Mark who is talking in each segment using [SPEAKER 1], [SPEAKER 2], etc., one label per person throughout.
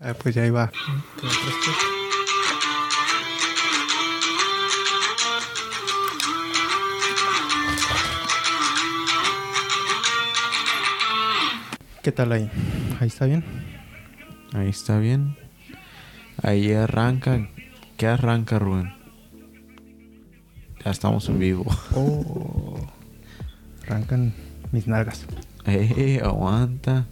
[SPEAKER 1] Ah, pues ya iba. ¿Qué tal ahí? ¿Ahí está bien?
[SPEAKER 2] Ahí está bien. Ahí arranca. ¿Qué arranca, Rubén? Ya estamos en vivo.
[SPEAKER 1] Oh, arrancan mis nalgas.
[SPEAKER 2] ¡Ey, Eh, aguanta!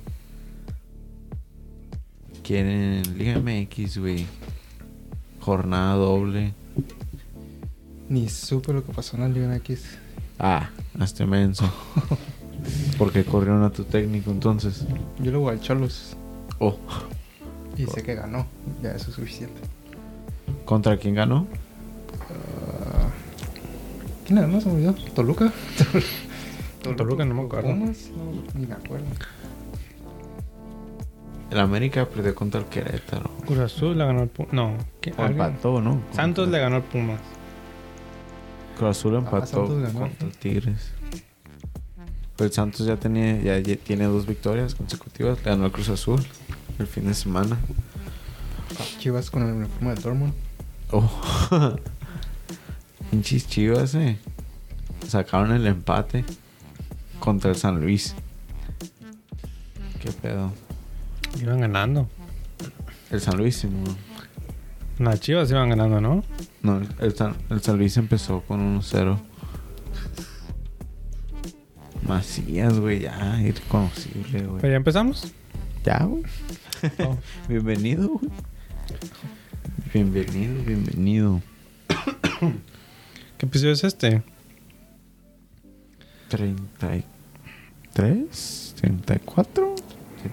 [SPEAKER 2] Quieren Liga MX, güey. Jornada doble.
[SPEAKER 1] Ni supe lo que pasó en la Liga MX.
[SPEAKER 2] Ah, hazte menso. Porque corrieron a tu técnico entonces.
[SPEAKER 1] Yo lo voy al Cholos
[SPEAKER 2] Oh,
[SPEAKER 1] y sé que ganó. Ya eso es suficiente.
[SPEAKER 2] ¿contra quién ganó?
[SPEAKER 1] Ah, ¿Quién nada más se me olvidó? ¿Toluca?
[SPEAKER 3] Toluca, no me acuerdo.
[SPEAKER 1] Pumas, no, ni me acuerdo.
[SPEAKER 2] El América perdió contra el Querétaro.
[SPEAKER 3] Cruz Azul le ganó al Pumas. No, ¿qué?
[SPEAKER 2] O
[SPEAKER 3] ¿Alguien?
[SPEAKER 2] empató, ¿no?
[SPEAKER 3] Santos le ganó al Pumas.
[SPEAKER 2] Cruz Azul empató
[SPEAKER 1] Ah, Santos ganó.
[SPEAKER 2] contra el Tigres. Pero el Santos ya, tenía, ya ye- tiene dos victorias consecutivas. Le ganó al Cruz Azul el fin de semana.
[SPEAKER 1] Pues Chivas con el uniforme de Dortmund.
[SPEAKER 2] Oh. Pinches chivas, eh. Sacaron el empate contra el San Luis. Qué pedo.
[SPEAKER 3] Iban ganando.
[SPEAKER 2] El San Luis, sí, no.
[SPEAKER 3] Las chivas iban ganando, ¿no?
[SPEAKER 2] No, el San, el San Luis empezó con 1-0. Macías, güey, ya, irreconocible, güey.
[SPEAKER 3] Pero ya empezamos.
[SPEAKER 2] Ya, güey.
[SPEAKER 3] Oh.
[SPEAKER 2] bienvenido, güey. Bienvenido, bienvenido.
[SPEAKER 3] ¿Qué episodio es este?
[SPEAKER 2] 33, 34,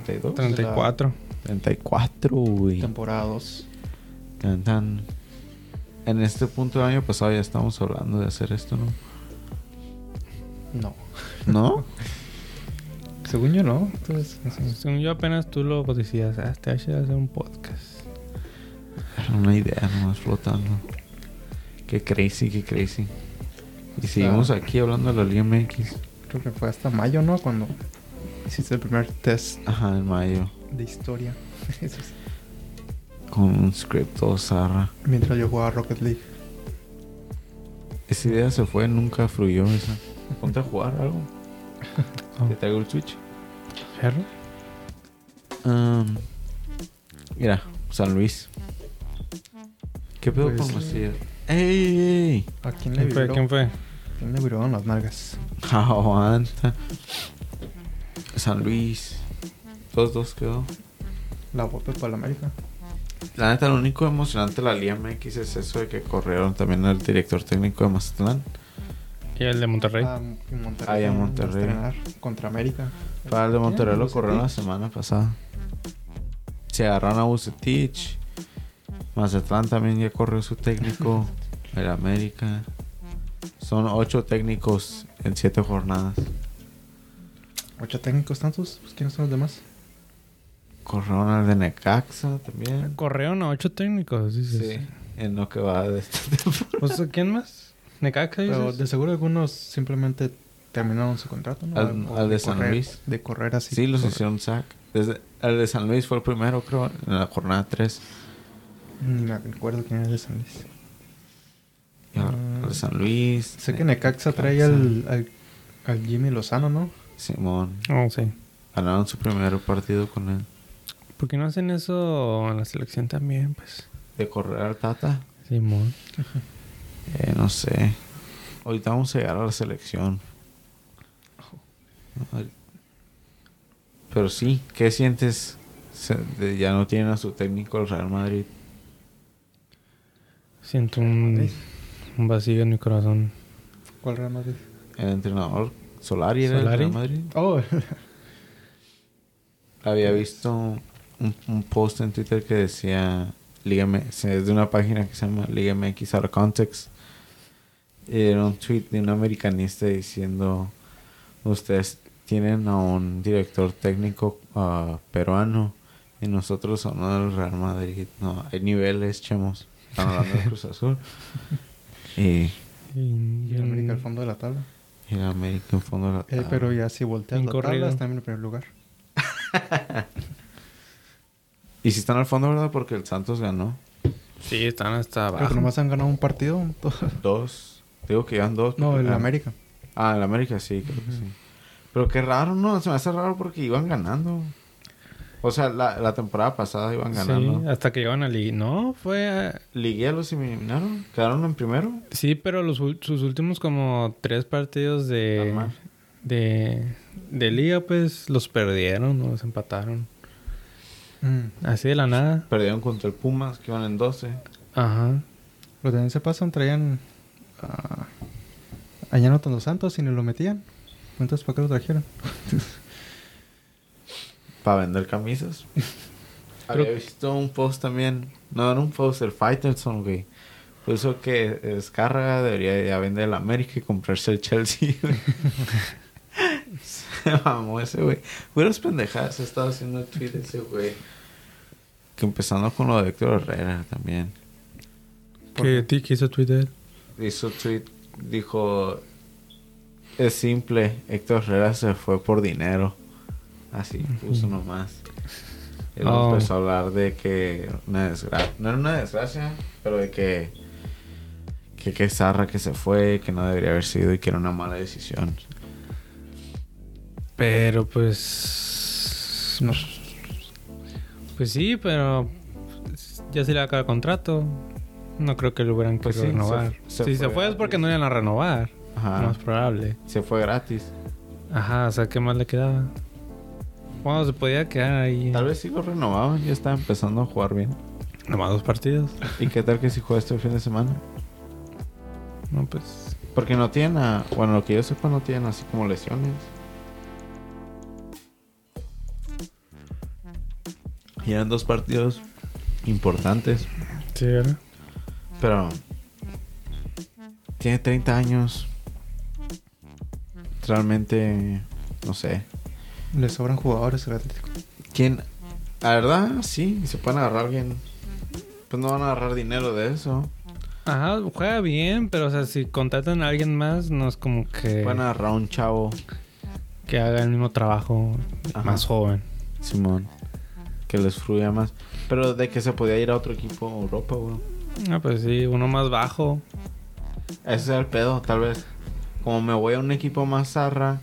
[SPEAKER 2] 32,
[SPEAKER 1] Tre-
[SPEAKER 3] 34.
[SPEAKER 2] 34, güey.
[SPEAKER 1] Temporada 2.
[SPEAKER 2] Tan, tan. En este punto del año pasado ya estamos hablando de hacer esto, ¿no?
[SPEAKER 1] No.
[SPEAKER 2] ¿No?
[SPEAKER 1] Según yo no. Entonces, no sé.
[SPEAKER 3] Según yo apenas tú lo decías, ah, este H hacer un podcast.
[SPEAKER 2] Era una idea nomás flotando. Qué crazy, qué crazy. Y seguimos aquí hablando de la Liga MX.
[SPEAKER 1] creo que fue hasta mayo, ¿no? Cuando hiciste el primer test
[SPEAKER 2] Ajá, en mayo.
[SPEAKER 1] de historia. Eso es.
[SPEAKER 2] Con un script todo zarra.
[SPEAKER 1] Mientras yo jugaba Rocket League.
[SPEAKER 2] Esa idea se fue, nunca fluyó esa. Ponte a jugar algo. Te traigo el switch.
[SPEAKER 3] ¿Ferro?
[SPEAKER 2] Am, mira, San Luis. ¿Qué pedo
[SPEAKER 1] Pues-
[SPEAKER 2] con Macías? ¡Ey, ey!
[SPEAKER 1] ¿A quién le
[SPEAKER 3] ¿Quién fue?
[SPEAKER 1] vibró?
[SPEAKER 3] ¿Quién fue?
[SPEAKER 1] ¿Quién le vibraron las nalgas?
[SPEAKER 2] Aguanta. San Luis. Dos, dos quedó.
[SPEAKER 1] La golpe para la América.
[SPEAKER 2] La neta, lo único emocionante de la Liga MX es eso de que corrieron también al director técnico de Mazatlán.
[SPEAKER 3] ¿Y el de Monterrey?
[SPEAKER 1] Ah, y Monterrey.
[SPEAKER 2] Ah, y a
[SPEAKER 1] también va
[SPEAKER 2] Monterrey.
[SPEAKER 1] estrenar contra América.
[SPEAKER 2] Para el de Monterrey
[SPEAKER 1] ¿Quién?
[SPEAKER 2] lo corrieron la
[SPEAKER 1] Bucetich.
[SPEAKER 2] semana pasada. Se agarraron a Bucetich. Mazatlán también ya corrió su técnico. El América. Son ocho técnicos en siete jornadas.
[SPEAKER 1] Ocho técnicos tantos. Pues, ¿Quiénes son los demás?
[SPEAKER 2] Corrieron al de Necaxa también.
[SPEAKER 3] Corrieron a ocho técnicos, dices.
[SPEAKER 2] Sí. En lo que va de este esta
[SPEAKER 3] Pues, ¿quién más? ¿Necaxa
[SPEAKER 1] Pero
[SPEAKER 3] dices?
[SPEAKER 1] de seguro algunos simplemente terminaron su contrato, ¿no?
[SPEAKER 2] Al-
[SPEAKER 1] O
[SPEAKER 2] al de San
[SPEAKER 1] correr-
[SPEAKER 2] Luis.
[SPEAKER 1] De correr así.
[SPEAKER 2] Sí, los
[SPEAKER 1] Por-
[SPEAKER 2] hicieron sac. Desde, el de San Luis fue el primero, creo, en la jornada 3.
[SPEAKER 1] Ni me acuerdo quién era el de San Luis. Ah.
[SPEAKER 2] El de San Luis.
[SPEAKER 1] Sé que Necaxa trae al, al, al Jimmy Lozano, ¿no?
[SPEAKER 2] Simón.
[SPEAKER 3] Oh, sí.
[SPEAKER 2] Ganaron su primer partido con él.
[SPEAKER 3] ¿Por qué no hacen eso en la selección también? Pues,
[SPEAKER 2] De correr al Tata.
[SPEAKER 3] Simón.
[SPEAKER 2] Eh, no sé. Ahorita vamos a llegar a la selección. Ay. Pero sí, ¿qué sientes? Se- de- ya no tienen a su técnico el Real Madrid.
[SPEAKER 3] Siento un, un vacío en mi corazón.
[SPEAKER 1] ¿Cuál Real Madrid?
[SPEAKER 2] El entrenador Solari era
[SPEAKER 3] ¿Solari?
[SPEAKER 2] el Real Madrid.
[SPEAKER 1] Oh,
[SPEAKER 2] Había visto un, un post en Twitter que decía Liga M- es de una página que se llama Liga MX Out of Context. Y era un tweet de un americanista diciendo ustedes tienen a un director técnico ah, peruano y nosotros a uno del Real Madrid. No, hay niveles, chemos. Están hablando de Cruz Azul. Y,
[SPEAKER 3] Y,
[SPEAKER 1] y el América al fondo de la tabla.
[SPEAKER 2] y el América en fondo de la
[SPEAKER 1] Eh,
[SPEAKER 2] tabla.
[SPEAKER 1] pero ya si volteas la
[SPEAKER 3] Incorrido.
[SPEAKER 1] tabla, está en el primer lugar.
[SPEAKER 2] Y si están al fondo, ¿verdad? Porque el Santos ganó.
[SPEAKER 3] Sí, están hasta
[SPEAKER 1] Creo
[SPEAKER 3] abajo.
[SPEAKER 1] que nomás han ganado un partido. todo.
[SPEAKER 2] Dos. Digo que llevan dos.
[SPEAKER 1] No, el
[SPEAKER 2] Ah,
[SPEAKER 1] América.
[SPEAKER 2] Ah, el América sí, creo que sí. Pero qué raro, ¿no? Se me hace raro porque iban ganando. O sea, la, la temporada pasada iban ganando.
[SPEAKER 3] Sí, hasta que llegaron a Liga. No, fue... a-
[SPEAKER 2] Ligué a los eliminaron. Quedaron en primero.
[SPEAKER 3] Sí, pero los, ul- sus últimos como tres partidos de...
[SPEAKER 2] Normal.
[SPEAKER 3] De, de Liga, pues, los perdieron o los empataron.
[SPEAKER 1] Mm.
[SPEAKER 3] Así de la nada.
[SPEAKER 2] Perdieron contra el Pumas, que iban en 12.
[SPEAKER 3] Ajá.
[SPEAKER 1] Los de se pasan traían ah, a Llano Tondo Santos y ni lo metían. Entonces, ¿para qué lo trajeron?
[SPEAKER 2] Para vender camisas. Había visto un post también. No, era un post, el Fighterson, güey. Por eso que Descarga debería ya vender el América y comprarse el Chelsea, güey. Se mamó ese, güey. Puras pendejadas estaba haciendo el tweet ese, güey. Que empezando con lo de Héctor Herrera también.
[SPEAKER 3] Que ti quiso Twitter.
[SPEAKER 2] Hizo tweet, dijo... Es simple, Héctor Herrera se fue por dinero. Así, puso nomás. Y luego
[SPEAKER 3] Oh.
[SPEAKER 2] empezó a hablar de que una desgracia, no era una desgracia, pero de que que que zarra que se fue, que no debería haber sido y que era una mala decisión.
[SPEAKER 3] Pero pues. No. Pues sí, pero. Ya se le acaba el contrato. No creo que lo hubieran
[SPEAKER 2] Pues
[SPEAKER 3] querido
[SPEAKER 2] sí,
[SPEAKER 3] renovar.
[SPEAKER 2] se- se
[SPEAKER 3] si se
[SPEAKER 2] fue Ah.
[SPEAKER 3] fue es
[SPEAKER 2] gratis.
[SPEAKER 3] porque no iban a renovar.
[SPEAKER 2] Ajá.
[SPEAKER 3] Más probable.
[SPEAKER 2] Se fue gratis.
[SPEAKER 3] Ajá, o sea, ¿qué más le quedaba? Bueno, se podía quedar ahí.
[SPEAKER 2] Tal vez sí lo renovaban, ya está empezando a jugar bien.
[SPEAKER 3] Nomás dos partidos.
[SPEAKER 2] ¿Y qué tal que si juega este fin de semana?
[SPEAKER 3] No, pues.
[SPEAKER 2] Porque no tienen a, bueno, lo que yo sepa no tienen así como lesiones. Y eran dos partidos importantes,
[SPEAKER 3] Sí, ¿verdad?
[SPEAKER 2] pero tiene 30 años. Realmente no sé.
[SPEAKER 1] Le sobran jugadores al Atlético.
[SPEAKER 2] ¿Quién? La verdad, sí, se pueden agarrar a alguien. Pues no van a agarrar dinero de eso.
[SPEAKER 3] Ajá, juega bien, pero o sea, si contratan a alguien más, no es como que,
[SPEAKER 2] Pueden agarrar a un chavo,
[SPEAKER 3] que haga el mismo trabajo
[SPEAKER 2] Ajá.
[SPEAKER 3] más joven.
[SPEAKER 2] Simón, que les fluya más. Pero de que se podía ir a otro equipo a Europa, güey.
[SPEAKER 3] Ah, pues sí, uno más bajo.
[SPEAKER 2] Ese es el pedo, tal vez. Como me voy a un equipo más zarra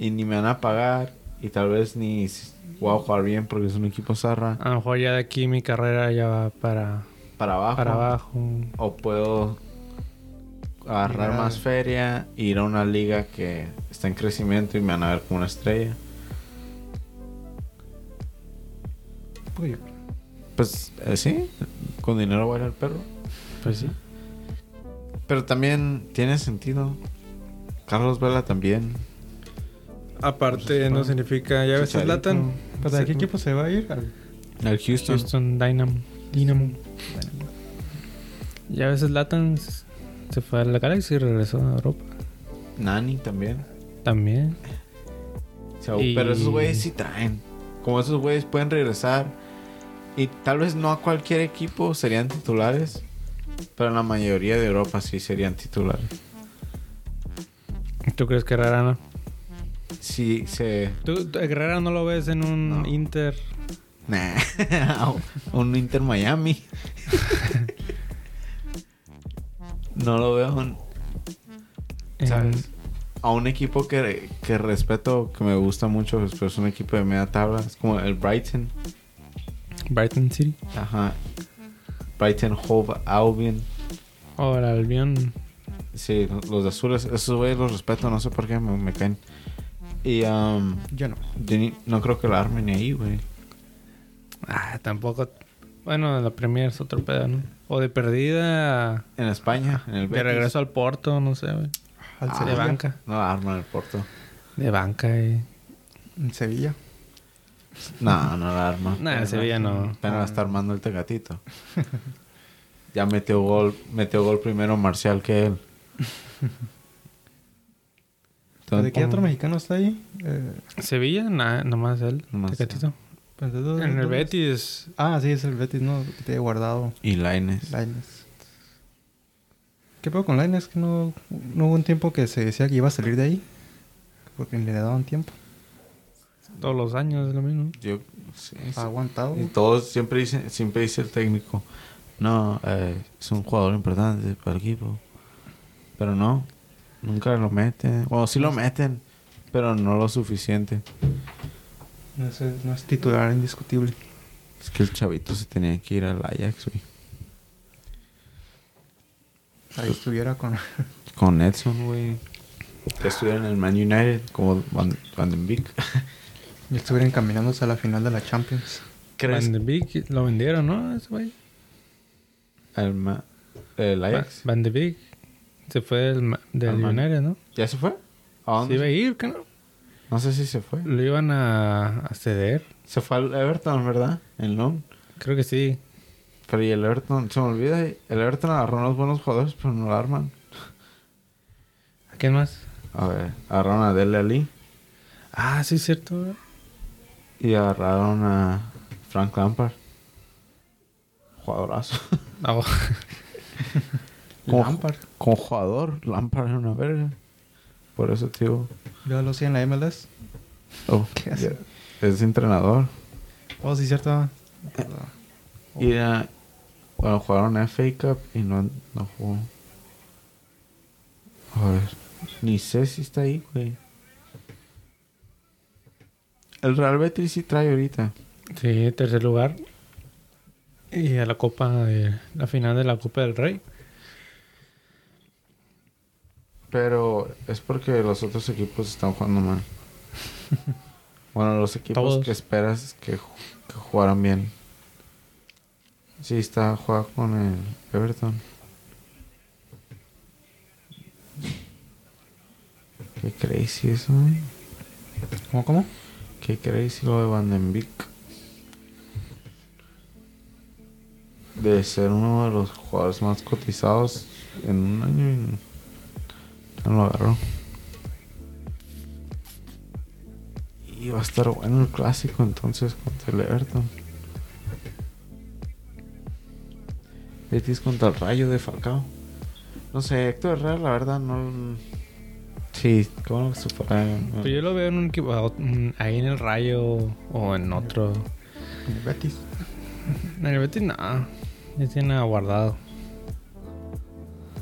[SPEAKER 2] y ni me van a pagar y tal vez ni s- voy a jugar bien porque es un equipo zarra
[SPEAKER 3] A lo mejor ya de aquí mi carrera ya va para,
[SPEAKER 2] para abajo.
[SPEAKER 3] para abajo.
[SPEAKER 2] O puedo agarrar
[SPEAKER 1] Mira.
[SPEAKER 2] más feria e ir a una liga que está en crecimiento y me van a ver como una estrella.
[SPEAKER 1] Pues yo-
[SPEAKER 2] Pues eh, sí, con dinero voy a ir al perro.
[SPEAKER 3] Pues sí.
[SPEAKER 2] Pero también tiene sentido. Carlos Vela también.
[SPEAKER 3] Aparte,
[SPEAKER 2] no
[SPEAKER 3] significa.
[SPEAKER 2] ya ves, Chicharito. Zlatan.
[SPEAKER 3] Pues
[SPEAKER 1] ¿Pero de qué equipo se va a ir? Al-
[SPEAKER 2] Al Houston.
[SPEAKER 3] Houston Dynamo. Dynamo. Ya ves, Zlatan s- se fue a la Galaxy y regresó a Europa.
[SPEAKER 2] Nani también.
[SPEAKER 3] También.
[SPEAKER 2] O sea,
[SPEAKER 3] Y-
[SPEAKER 2] Pero esos güeyes sí traen. Como esos güeyes pueden regresar. Y tal vez no a cualquier equipo serían titulares. Pero en la mayoría de Europa sí serían titulares.
[SPEAKER 3] ¿Tú crees que Herrera no?
[SPEAKER 2] Sí, se.
[SPEAKER 3] ¿Tú, tú- Herrera no lo ves en un
[SPEAKER 2] No.
[SPEAKER 3] Inter?
[SPEAKER 2] Nah. un Inter Miami. no lo veo. en-
[SPEAKER 3] en-
[SPEAKER 2] ¿Sabes? A un equipo que, que respeto, que me gusta mucho, pero es un equipo de media tabla. Es como el Brighton.
[SPEAKER 3] Brighton City.
[SPEAKER 2] Ajá. Brighton Hove Albion.
[SPEAKER 3] O el Albion.
[SPEAKER 2] Sí, lo- los de azules, esos güeyes los respeto, no sé por qué me, me caen. Y um,
[SPEAKER 1] Yo no.
[SPEAKER 2] yo ni- no creo que la armen ahí, güey.
[SPEAKER 3] Ah, tampoco. Bueno, la Premier es otro pedo, ¿no? O de perdida.
[SPEAKER 2] En España, en el
[SPEAKER 3] De
[SPEAKER 2] Betis.
[SPEAKER 3] regreso al Porto, no sé, güey.
[SPEAKER 1] Al
[SPEAKER 2] Ah,
[SPEAKER 3] De
[SPEAKER 1] Sevilla.
[SPEAKER 3] banca.
[SPEAKER 2] No la arman el Porto.
[SPEAKER 3] De banca eh. y...
[SPEAKER 1] En Sevilla.
[SPEAKER 2] No, no la arman.
[SPEAKER 3] Nah, el Sevilla no.
[SPEAKER 2] Apenas la está armando el Tecatito. ya metió gol, metió gol primero Marcial que él.
[SPEAKER 1] ¿Pero ¿De qué
[SPEAKER 2] Entonces,
[SPEAKER 1] otro mexicano está ahí? Eh,
[SPEAKER 3] Sevilla, nada, nomás él.
[SPEAKER 2] Nomás
[SPEAKER 3] Tecatito.
[SPEAKER 1] pues, de todos-
[SPEAKER 3] En el
[SPEAKER 1] todos-
[SPEAKER 3] Betis.
[SPEAKER 1] Ah, sí, es el Betis, ¿no? Que te he guardado.
[SPEAKER 2] Y Laines.
[SPEAKER 1] Lainez. ¿Qué pedo con Lainez? Que no, no hubo un tiempo que se decía que iba a salir de ahí. Porque ni le daban tiempo.
[SPEAKER 3] Todos los años es lo mismo.
[SPEAKER 2] Yo, sí, sí.
[SPEAKER 1] Ha
[SPEAKER 3] Ah,
[SPEAKER 1] aguantado.
[SPEAKER 2] Y todos siempre dicen, siempre dice el técnico, no, eh, es un jugador importante para el equipo. Pero no, nunca lo meten. Bueno, sí lo meten, pero no lo suficiente.
[SPEAKER 1] No es, no es titular indiscutible.
[SPEAKER 2] Es que el chavito se tenía que ir al Ajax, güey.
[SPEAKER 1] Ahí estuviera con.
[SPEAKER 2] Con Edson, güey. Que estuviera en el Man United, como Van, Van den Beek.
[SPEAKER 1] Y estuvieran encaminándose a la final de la Champions.
[SPEAKER 3] Van de Beek lo vendieron, ¿no? Ese güey.
[SPEAKER 2] El, Ma- el Ajax.
[SPEAKER 3] Van de Beek se fue del, ma- del
[SPEAKER 2] Al Man-
[SPEAKER 3] United, ¿no?
[SPEAKER 2] ¿Ya se fue? ¿A
[SPEAKER 3] Se
[SPEAKER 2] dónde?
[SPEAKER 3] iba a ir, que no?
[SPEAKER 2] no sé si se fue.
[SPEAKER 3] Lo iban a, a ceder.
[SPEAKER 2] Se fue al Everton, ¿verdad? En loan.
[SPEAKER 3] Creo que sí.
[SPEAKER 2] Pero y el Everton, se me olvida, el Everton agarró unos buenos jugadores, pero no lo arman.
[SPEAKER 3] ¿A quién más?
[SPEAKER 2] A ver, agarraron a Dele Ali
[SPEAKER 3] Ah, sí, es cierto. güey.
[SPEAKER 2] y agarraron a Frank Lampard. Jugadorazo.
[SPEAKER 3] Ah,
[SPEAKER 2] Como,
[SPEAKER 1] Lampard.
[SPEAKER 2] como jugador, Lampard era una verga. Por eso, tío.
[SPEAKER 1] Yo lo hacía en la MLS.
[SPEAKER 2] oh,
[SPEAKER 1] ¿Qué hace?
[SPEAKER 2] ya- Es entrenador.
[SPEAKER 1] Oh, sí, cierto.
[SPEAKER 2] Y era- bueno, jugaron FA Cup y no, no jugó. A ver. Ni sé si está ahí, güey. El Real Betis sí trae ahorita.
[SPEAKER 3] sí, tercer lugar. Y a la Copa, de, la final de la Copa del Rey.
[SPEAKER 2] Pero es porque los otros equipos están jugando mal. bueno, los equipos
[SPEAKER 3] Todos.
[SPEAKER 2] que esperas que, ju- que jugaran bien. Sí, está juega con el Everton. Qué crazy eso, eh. güey.
[SPEAKER 1] ¿Cómo, cómo?
[SPEAKER 2] Qué crazy lo de Van den Beek. De ser uno de los jugadores más cotizados en un año y no lo agarró. Y va a estar bueno el clásico entonces contra el Everton. Betis contra el Rayo de Falcao. No sé, Héctor Herrera, la verdad, no. Sí, qué bueno que se fuera.
[SPEAKER 3] Pues yo lo veo en un equipo, a ot- mm, ahí en el Rayo o en otro.
[SPEAKER 1] El Betis.
[SPEAKER 3] En el Betis, nada. Ya tiene nada guardado.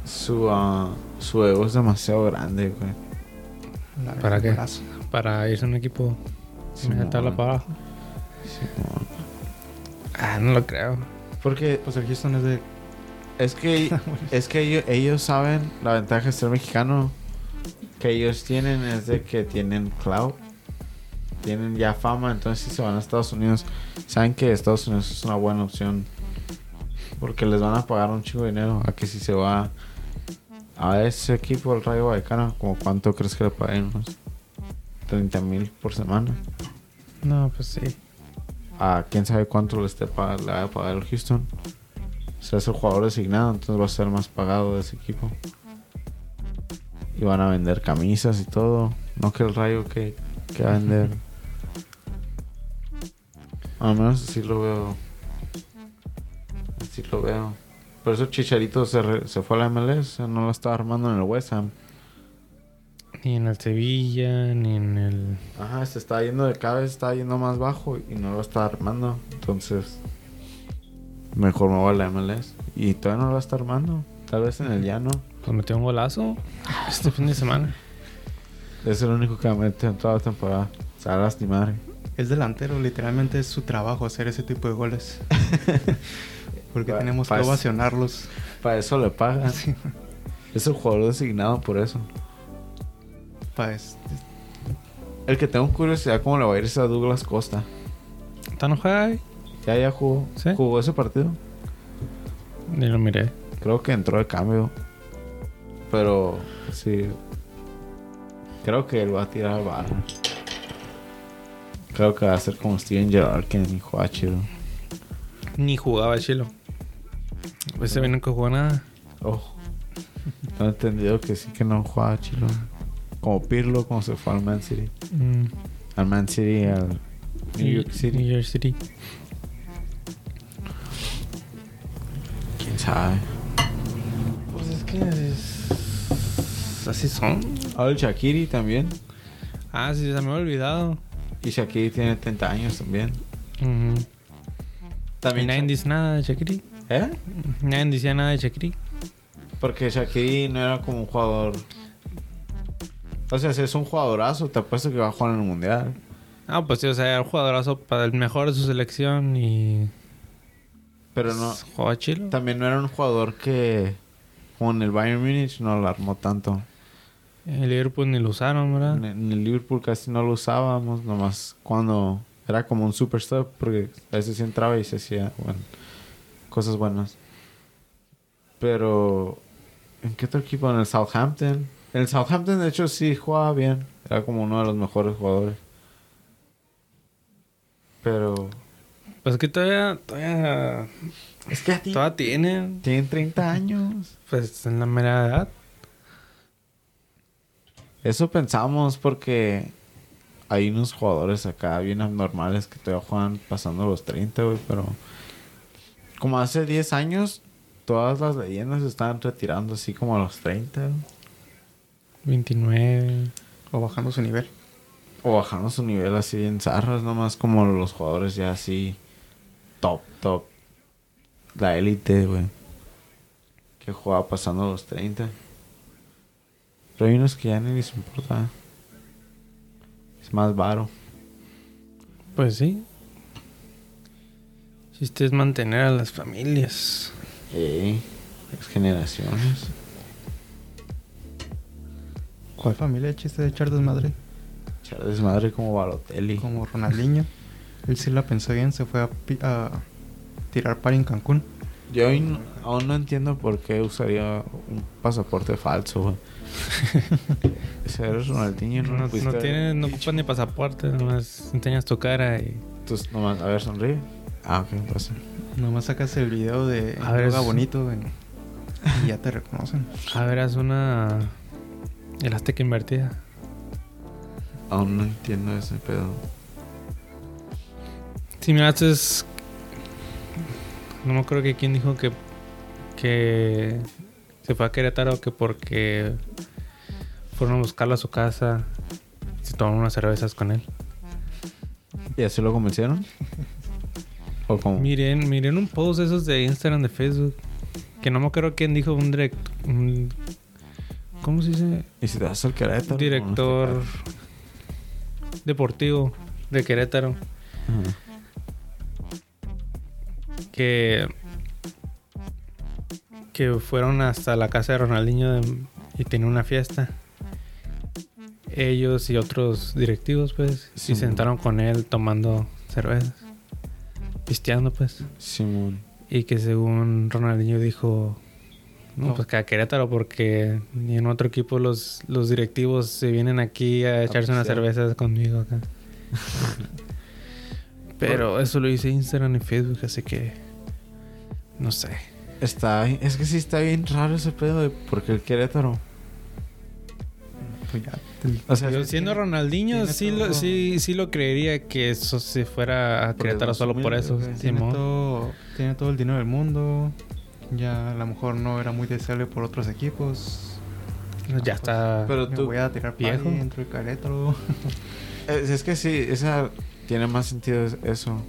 [SPEAKER 2] Su, ah, su ego es demasiado grande, güey.
[SPEAKER 1] La-
[SPEAKER 3] ¿Para qué?
[SPEAKER 1] brazo.
[SPEAKER 3] Para irse a un equipo en la
[SPEAKER 2] Simón,
[SPEAKER 3] tabla para abajo.
[SPEAKER 2] Simón.
[SPEAKER 3] Ah, no lo creo.
[SPEAKER 2] Porque
[SPEAKER 1] Pues el Houston es de.
[SPEAKER 2] es que, es que ellos, ellos saben la ventaja de ser mexicano que ellos tienen es de que tienen cloud. Tienen ya fama, entonces si se van a Estados Unidos, saben que Estados Unidos es una buena opción. Porque les van a pagar un chingo de dinero. A que si se va a ese equipo, el Rayo Vallecano, como cuánto crees que le paguen? Unos 30 mil por semana.
[SPEAKER 3] No, pues sí.
[SPEAKER 2] a quién sabe cuánto le, esté pa- le vaya a pagar el Houston. O sea, es el jugador designado, entonces va a ser más pagado de ese equipo. Y van a vender camisas y todo. No que el rayo que, que va a vender. Al menos así lo veo. Así lo veo. Por eso Chicharito se, re- se fue a la MLS. o sea, no lo estaba armando en el West Ham.
[SPEAKER 3] Ni en el Sevilla, ni en el.
[SPEAKER 2] Ajá, se está yendo de cada vez, está yendo más bajo y no lo está armando. Entonces, mejor me voy a la MLS. Y todavía no lo está armando. Tal vez en el llano.
[SPEAKER 3] Pues metió un golazo este fin de semana.
[SPEAKER 2] Es el único que mete en toda la temporada. Se va a lastimar.
[SPEAKER 1] Es delantero, literalmente es su trabajo hacer ese tipo de goles. Porque
[SPEAKER 2] Pa-
[SPEAKER 1] tenemos que
[SPEAKER 3] pues,
[SPEAKER 2] pas-
[SPEAKER 1] ovacionarlos.
[SPEAKER 2] Para eso le pagan.
[SPEAKER 1] Sí.
[SPEAKER 2] Es el jugador designado por eso.
[SPEAKER 1] Pues,
[SPEAKER 2] El que tengo curiosidad cómo le va a ir es a Douglas Costa.
[SPEAKER 3] ¿Está no juega ahí?
[SPEAKER 2] Ya, ya jugó.
[SPEAKER 3] ¿Sí?
[SPEAKER 2] ¿Jugó ese partido?
[SPEAKER 3] Ni lo miré.
[SPEAKER 2] Creo que entró de cambio. Pero, sí. Creo que él va a tirar barra. Creo que va a ser como Steven Gerrard que ni juega chido.
[SPEAKER 3] Ni jugaba Chilo. Ese vino que jugó nada.
[SPEAKER 2] Ojo. No he entendido que sí que no juega chido. Como Pirlo cuando se fue al Man City.
[SPEAKER 3] Mm.
[SPEAKER 2] Al Man City, al New York
[SPEAKER 3] New
[SPEAKER 2] City.
[SPEAKER 3] York City.
[SPEAKER 2] ¿Quién sabe?
[SPEAKER 3] Pues es que así son.
[SPEAKER 2] Ah, el Shakiri también.
[SPEAKER 3] Ah, sí, se me había olvidado.
[SPEAKER 2] Y Shakiri tiene 30 años también.
[SPEAKER 3] Ujú. Y
[SPEAKER 2] También
[SPEAKER 3] nadie dice nada de Shakiri.
[SPEAKER 2] ¿Eh?
[SPEAKER 3] Nadie decía nada de Shakiri.
[SPEAKER 2] Porque Shakiri no era como un jugador. O sea, si es un jugadorazo, te apuesto que va a jugar en el mundial.
[SPEAKER 3] Ah, pues sí, o sea, era un jugadorazo para el mejor de su selección y.
[SPEAKER 2] Pero no.
[SPEAKER 3] Jugaba chilo.
[SPEAKER 2] También no era un jugador que. Como en el Bayern Múnich no lo armó tanto.
[SPEAKER 3] El Liverpool ni lo usaron, ¿verdad?
[SPEAKER 2] En en el Liverpool casi no lo usábamos, nomás cuando era como un super sub, porque a veces sí entraba y se hacía bueno, cosas buenas. Pero, ¿en qué otro equipo? En el Southampton. En el Southampton, de hecho, sí jugaba bien. Era como uno de los mejores jugadores. Pero,
[SPEAKER 3] Pues que todavía. Todavía.
[SPEAKER 2] es que tienen
[SPEAKER 3] Todavía tiene.
[SPEAKER 2] tienen 30 años.
[SPEAKER 3] Pues en la mera edad.
[SPEAKER 2] Eso pensamos porque hay unos jugadores acá bien abnormales que todavía juegan pasando los 30, güey, pero como hace 10 años todas las leyendas se estaban retirando así como a los 30 güey.
[SPEAKER 3] 29.
[SPEAKER 1] O bajando su nivel.
[SPEAKER 2] o bajaron su nivel así en zarras nomás como los jugadores ya así top, top. La élite, güey. Que jugaba pasando los 30. Pero hay unos que ya ni les importa. Es más varo.
[SPEAKER 3] Pues sí. El Chiste es mantener a las familias.
[SPEAKER 2] Ey, ex generaciones.
[SPEAKER 1] ¿Cuál familia el chiste de echar desmadre?
[SPEAKER 2] Echar desmadre como Balotelli.
[SPEAKER 1] Como Ronaldinho. Él sí la pensó bien, se fue a, pi- a tirar par en Cancún.
[SPEAKER 2] Yo hoy no- aún no entiendo por qué usaría un pasaporte falso, güey. Ese eres Ronaldinho, no,
[SPEAKER 3] No,
[SPEAKER 2] pudiste
[SPEAKER 3] no, tienen, no ocupan ni pasaporte, nomás enseñas tu cara y.
[SPEAKER 2] Tus- nomás- a ver, sonríe. Ah, ok, pasa.
[SPEAKER 1] Nomás sacas el video de
[SPEAKER 3] A ver,
[SPEAKER 1] Yoga
[SPEAKER 3] es-
[SPEAKER 1] Bonito en- y ya te reconocen.
[SPEAKER 3] A ver, haz ah, una. El Azteca invertida.
[SPEAKER 2] Aún no entiendo ese pedo.
[SPEAKER 3] Si me haces. No me acuerdo que quién dijo que. Que. Se fue a Querétaro que porque. Fueron a buscarlo a su casa. y Se tomaron unas cervezas con él.
[SPEAKER 2] ¿Y así lo convencieron? ¿O cómo?
[SPEAKER 3] Miren, miren un post de esos de Instagram, de Facebook. Que no me acuerdo quién dijo un director. ¿Cómo se dice?
[SPEAKER 2] ¿Y si te vas al Querétaro?
[SPEAKER 3] Director. Deportivo de Querétaro.
[SPEAKER 2] Ajá.
[SPEAKER 3] que que fueron hasta la casa de Ronaldinho de- y tenía una fiesta. Ellos y otros directivos, pues,
[SPEAKER 2] Sí.
[SPEAKER 3] y sentaron con él tomando cervezas, pisteando, pues.
[SPEAKER 2] Simón.
[SPEAKER 3] Y que según Ronaldinho dijo, no,
[SPEAKER 1] No.
[SPEAKER 3] pues que a Querétaro, porque ni en otro equipo los, los directivos se vienen aquí a echarse unas
[SPEAKER 2] pistear.
[SPEAKER 3] cervezas conmigo acá. Pero eso lo hice Instagram y Facebook, así que no sé.
[SPEAKER 2] Está bien- Es que sí está bien raro ese pedo de por qué el Querétaro.
[SPEAKER 1] Pues ya te-
[SPEAKER 2] O sea,
[SPEAKER 3] Yo
[SPEAKER 2] sí
[SPEAKER 3] siendo Ronaldinho
[SPEAKER 1] tiene
[SPEAKER 3] sí
[SPEAKER 1] todo.
[SPEAKER 3] lo, sí, sí lo creería que eso se fuera a
[SPEAKER 2] Porque
[SPEAKER 3] Querétaro
[SPEAKER 2] es
[SPEAKER 3] solo por
[SPEAKER 2] humilde,
[SPEAKER 3] eso.
[SPEAKER 2] güey.
[SPEAKER 1] pues, tiene,
[SPEAKER 3] Simón.
[SPEAKER 1] todo, tiene todo el dinero del mundo. Ya a lo mejor no era muy deseable por otros equipos.
[SPEAKER 2] Ah,
[SPEAKER 3] Ya está.
[SPEAKER 2] Pero
[SPEAKER 1] Me
[SPEAKER 2] tú,
[SPEAKER 1] voy a tirar
[SPEAKER 3] viejo.
[SPEAKER 1] viejo dentro del caretro.
[SPEAKER 2] Es, es que sí, esa tiene más sentido es- eso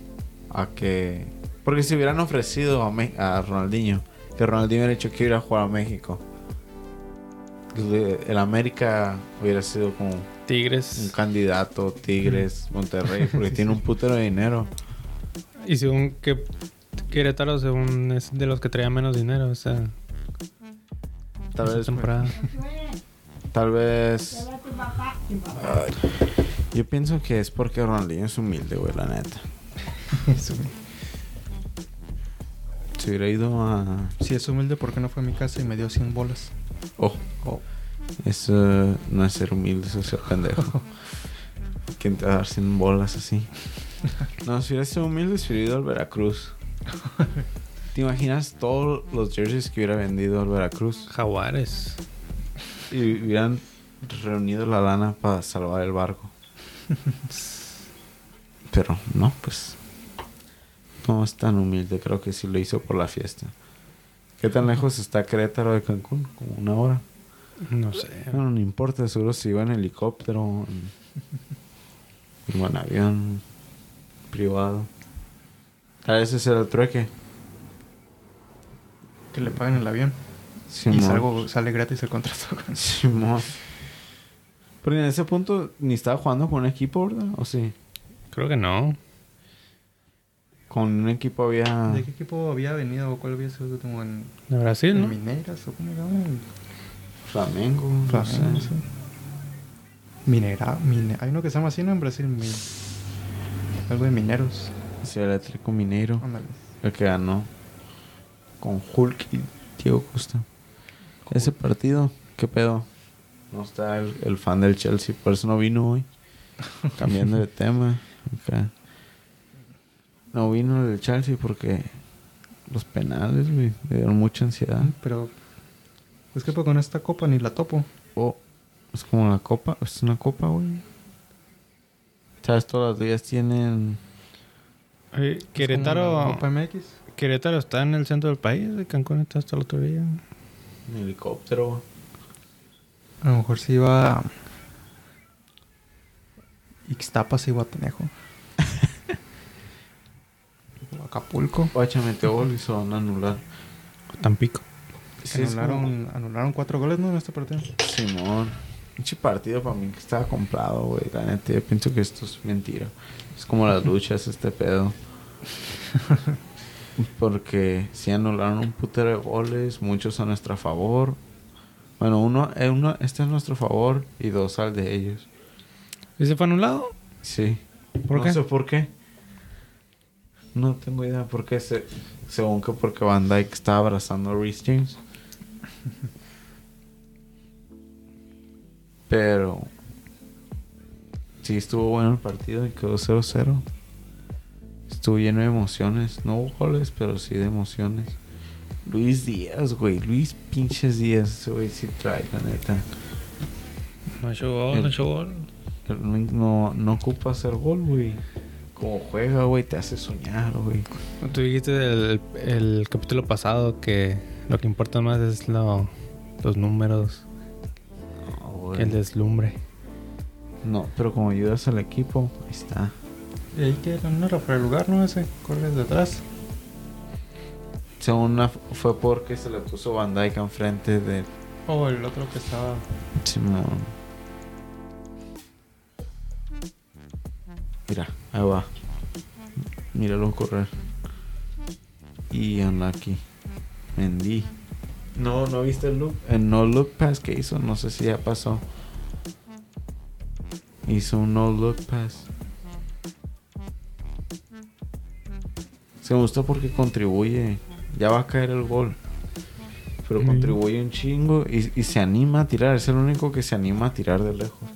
[SPEAKER 2] a que porque si hubieran ofrecido a, Me- a Ronaldinho, que Ronaldinho hubiera dicho que hubiera jugado a México. le- El América hubiera sido como un
[SPEAKER 3] Tigres.
[SPEAKER 2] candidato, Tigres, Monterrey, porque tiene un putero de dinero.
[SPEAKER 3] Y según que Querétaro según es de los que traía menos dinero, o sea,
[SPEAKER 2] Tal
[SPEAKER 3] esa
[SPEAKER 2] vez,
[SPEAKER 3] temporada.
[SPEAKER 2] tal vez. Ay, yo pienso que es porque Ronaldinho es humilde, güey, la neta.
[SPEAKER 1] Eso,
[SPEAKER 2] Si hubiera ido a.
[SPEAKER 1] Si es humilde, ¿por qué no fue a mi casa y me dio 100 bolas?
[SPEAKER 2] Oh.
[SPEAKER 1] Oh.
[SPEAKER 2] Eso no es ser humilde, eso es ser pendejo. ¿Quién te va a dar sin bolas así? No, si hubiera sido humilde, si hubiera ido al Veracruz. ¿Te imaginas todos los jerseys que hubiera vendido al Veracruz?
[SPEAKER 3] Jaguares.
[SPEAKER 2] Y hubieran reunido la lana para salvar el barco. Pero no, pues. No es tan humilde, creo que sí lo hizo por la fiesta. ¿Qué tan lejos está Querétaro de Cancún? Como una hora.
[SPEAKER 3] No sé.
[SPEAKER 2] No, no importa, seguro si iba en helicóptero. en- Iba en avión privado. Tal vez ese era el trueque.
[SPEAKER 1] Que le paguen el avión.
[SPEAKER 2] Simón.
[SPEAKER 1] Y salgo, sale gratis el contrato.
[SPEAKER 2] Simón. Pero en ese punto ni estaba jugando con un equipo, ¿verdad? ¿O sí?
[SPEAKER 3] Creo que no.
[SPEAKER 2] Con un equipo había...
[SPEAKER 1] ¿De qué equipo había venido o cuál había sido el último en,
[SPEAKER 3] De Brasil,
[SPEAKER 1] en
[SPEAKER 3] ¿no?
[SPEAKER 1] Mineras o cómo era? En
[SPEAKER 2] Flamengo. no
[SPEAKER 1] Brasil,
[SPEAKER 2] sé.
[SPEAKER 1] Pues no sé. Minera, mine- hay uno que se llama así, ¿no? En Brasil, mi- algo de mineros.
[SPEAKER 2] Sí, el Atlético Minero.
[SPEAKER 1] Ándale.
[SPEAKER 2] El que ganó. Con Hulk y Diego Costa. Ese partido, ¿qué pedo? No está el, el fan del Chelsea, por eso no vino hoy. Cambiando de tema. acá. No vino el del Chelsea porque los penales, güey, le dieron mucha ansiedad.
[SPEAKER 1] Pero es que pues, con esta copa ni la topo.
[SPEAKER 2] Oh, es como la copa, es una copa, güey. ¿Sabes? Todas las ligas tienen.
[SPEAKER 3] Eh,
[SPEAKER 1] Es como
[SPEAKER 3] Querétaro,
[SPEAKER 1] la Copa MX.
[SPEAKER 3] Querétaro está en el centro del país. y Cancún está hasta la otro día.
[SPEAKER 2] Un helicóptero,
[SPEAKER 1] A lo mejor si iba a Ixtapas y Guatanejo. O Acapulco.
[SPEAKER 2] gol y se van a anular.
[SPEAKER 3] Tampico.
[SPEAKER 2] Sí, es como-
[SPEAKER 1] anularon, anularon cuatro goles, ¿no? En este partido.
[SPEAKER 2] Simón. Pinche partido para mí que estaba comprado, güey. La neta, yo pienso que esto es mentira. Es como las luchas, este pedo. Porque si anularon un putero de goles, muchos a nuestro favor. Bueno, uno, eh, uno este es nuestro favor y dos al de ellos.
[SPEAKER 3] ¿Ese fue anulado?
[SPEAKER 2] Sí.
[SPEAKER 3] ¿Por
[SPEAKER 2] no
[SPEAKER 3] qué?
[SPEAKER 2] sé por qué. No tengo idea por qué. Se, según que porque Van Dyke está abrazando a Reese James. Pero... Sí, estuvo bueno el partido y quedó 0-0. Estuvo lleno de emociones. No hubo goles, pero sí de emociones. Luis Díaz, güey. Luis pinches Díaz. Ese güey sí trae, la neta.
[SPEAKER 3] No echó gol, no
[SPEAKER 2] El-
[SPEAKER 3] echó gol.
[SPEAKER 2] Pero No, no, no ocupa hacer gol, güey. Como juega, güey, te hace soñar, güey.
[SPEAKER 3] Tú dijiste del- el, capítulo pasado que lo que importa más es lo- los números,
[SPEAKER 2] No,
[SPEAKER 3] que el
[SPEAKER 2] güey.
[SPEAKER 3] deslumbre.
[SPEAKER 2] No, pero como ayudas al equipo, ahí está.
[SPEAKER 1] Y ahí que no era para el lugar, ¿no? Ese corre de atrás.
[SPEAKER 2] Según una- fue porque se le puso Van Dyke enfrente de
[SPEAKER 1] O el otro que estaba.
[SPEAKER 2] Simón. Mira, ahí va. Míralo correr. Y unlucky. Mendy. No, ¿no viste el look? El no look pass que hizo, no sé si ya pasó. Hizo un no look pass. Se me gustó porque contribuye. Ya va a caer el gol. Pero
[SPEAKER 3] Sí.
[SPEAKER 2] contribuye un chingo y, y se anima a tirar. Es el único que se anima a tirar de lejos.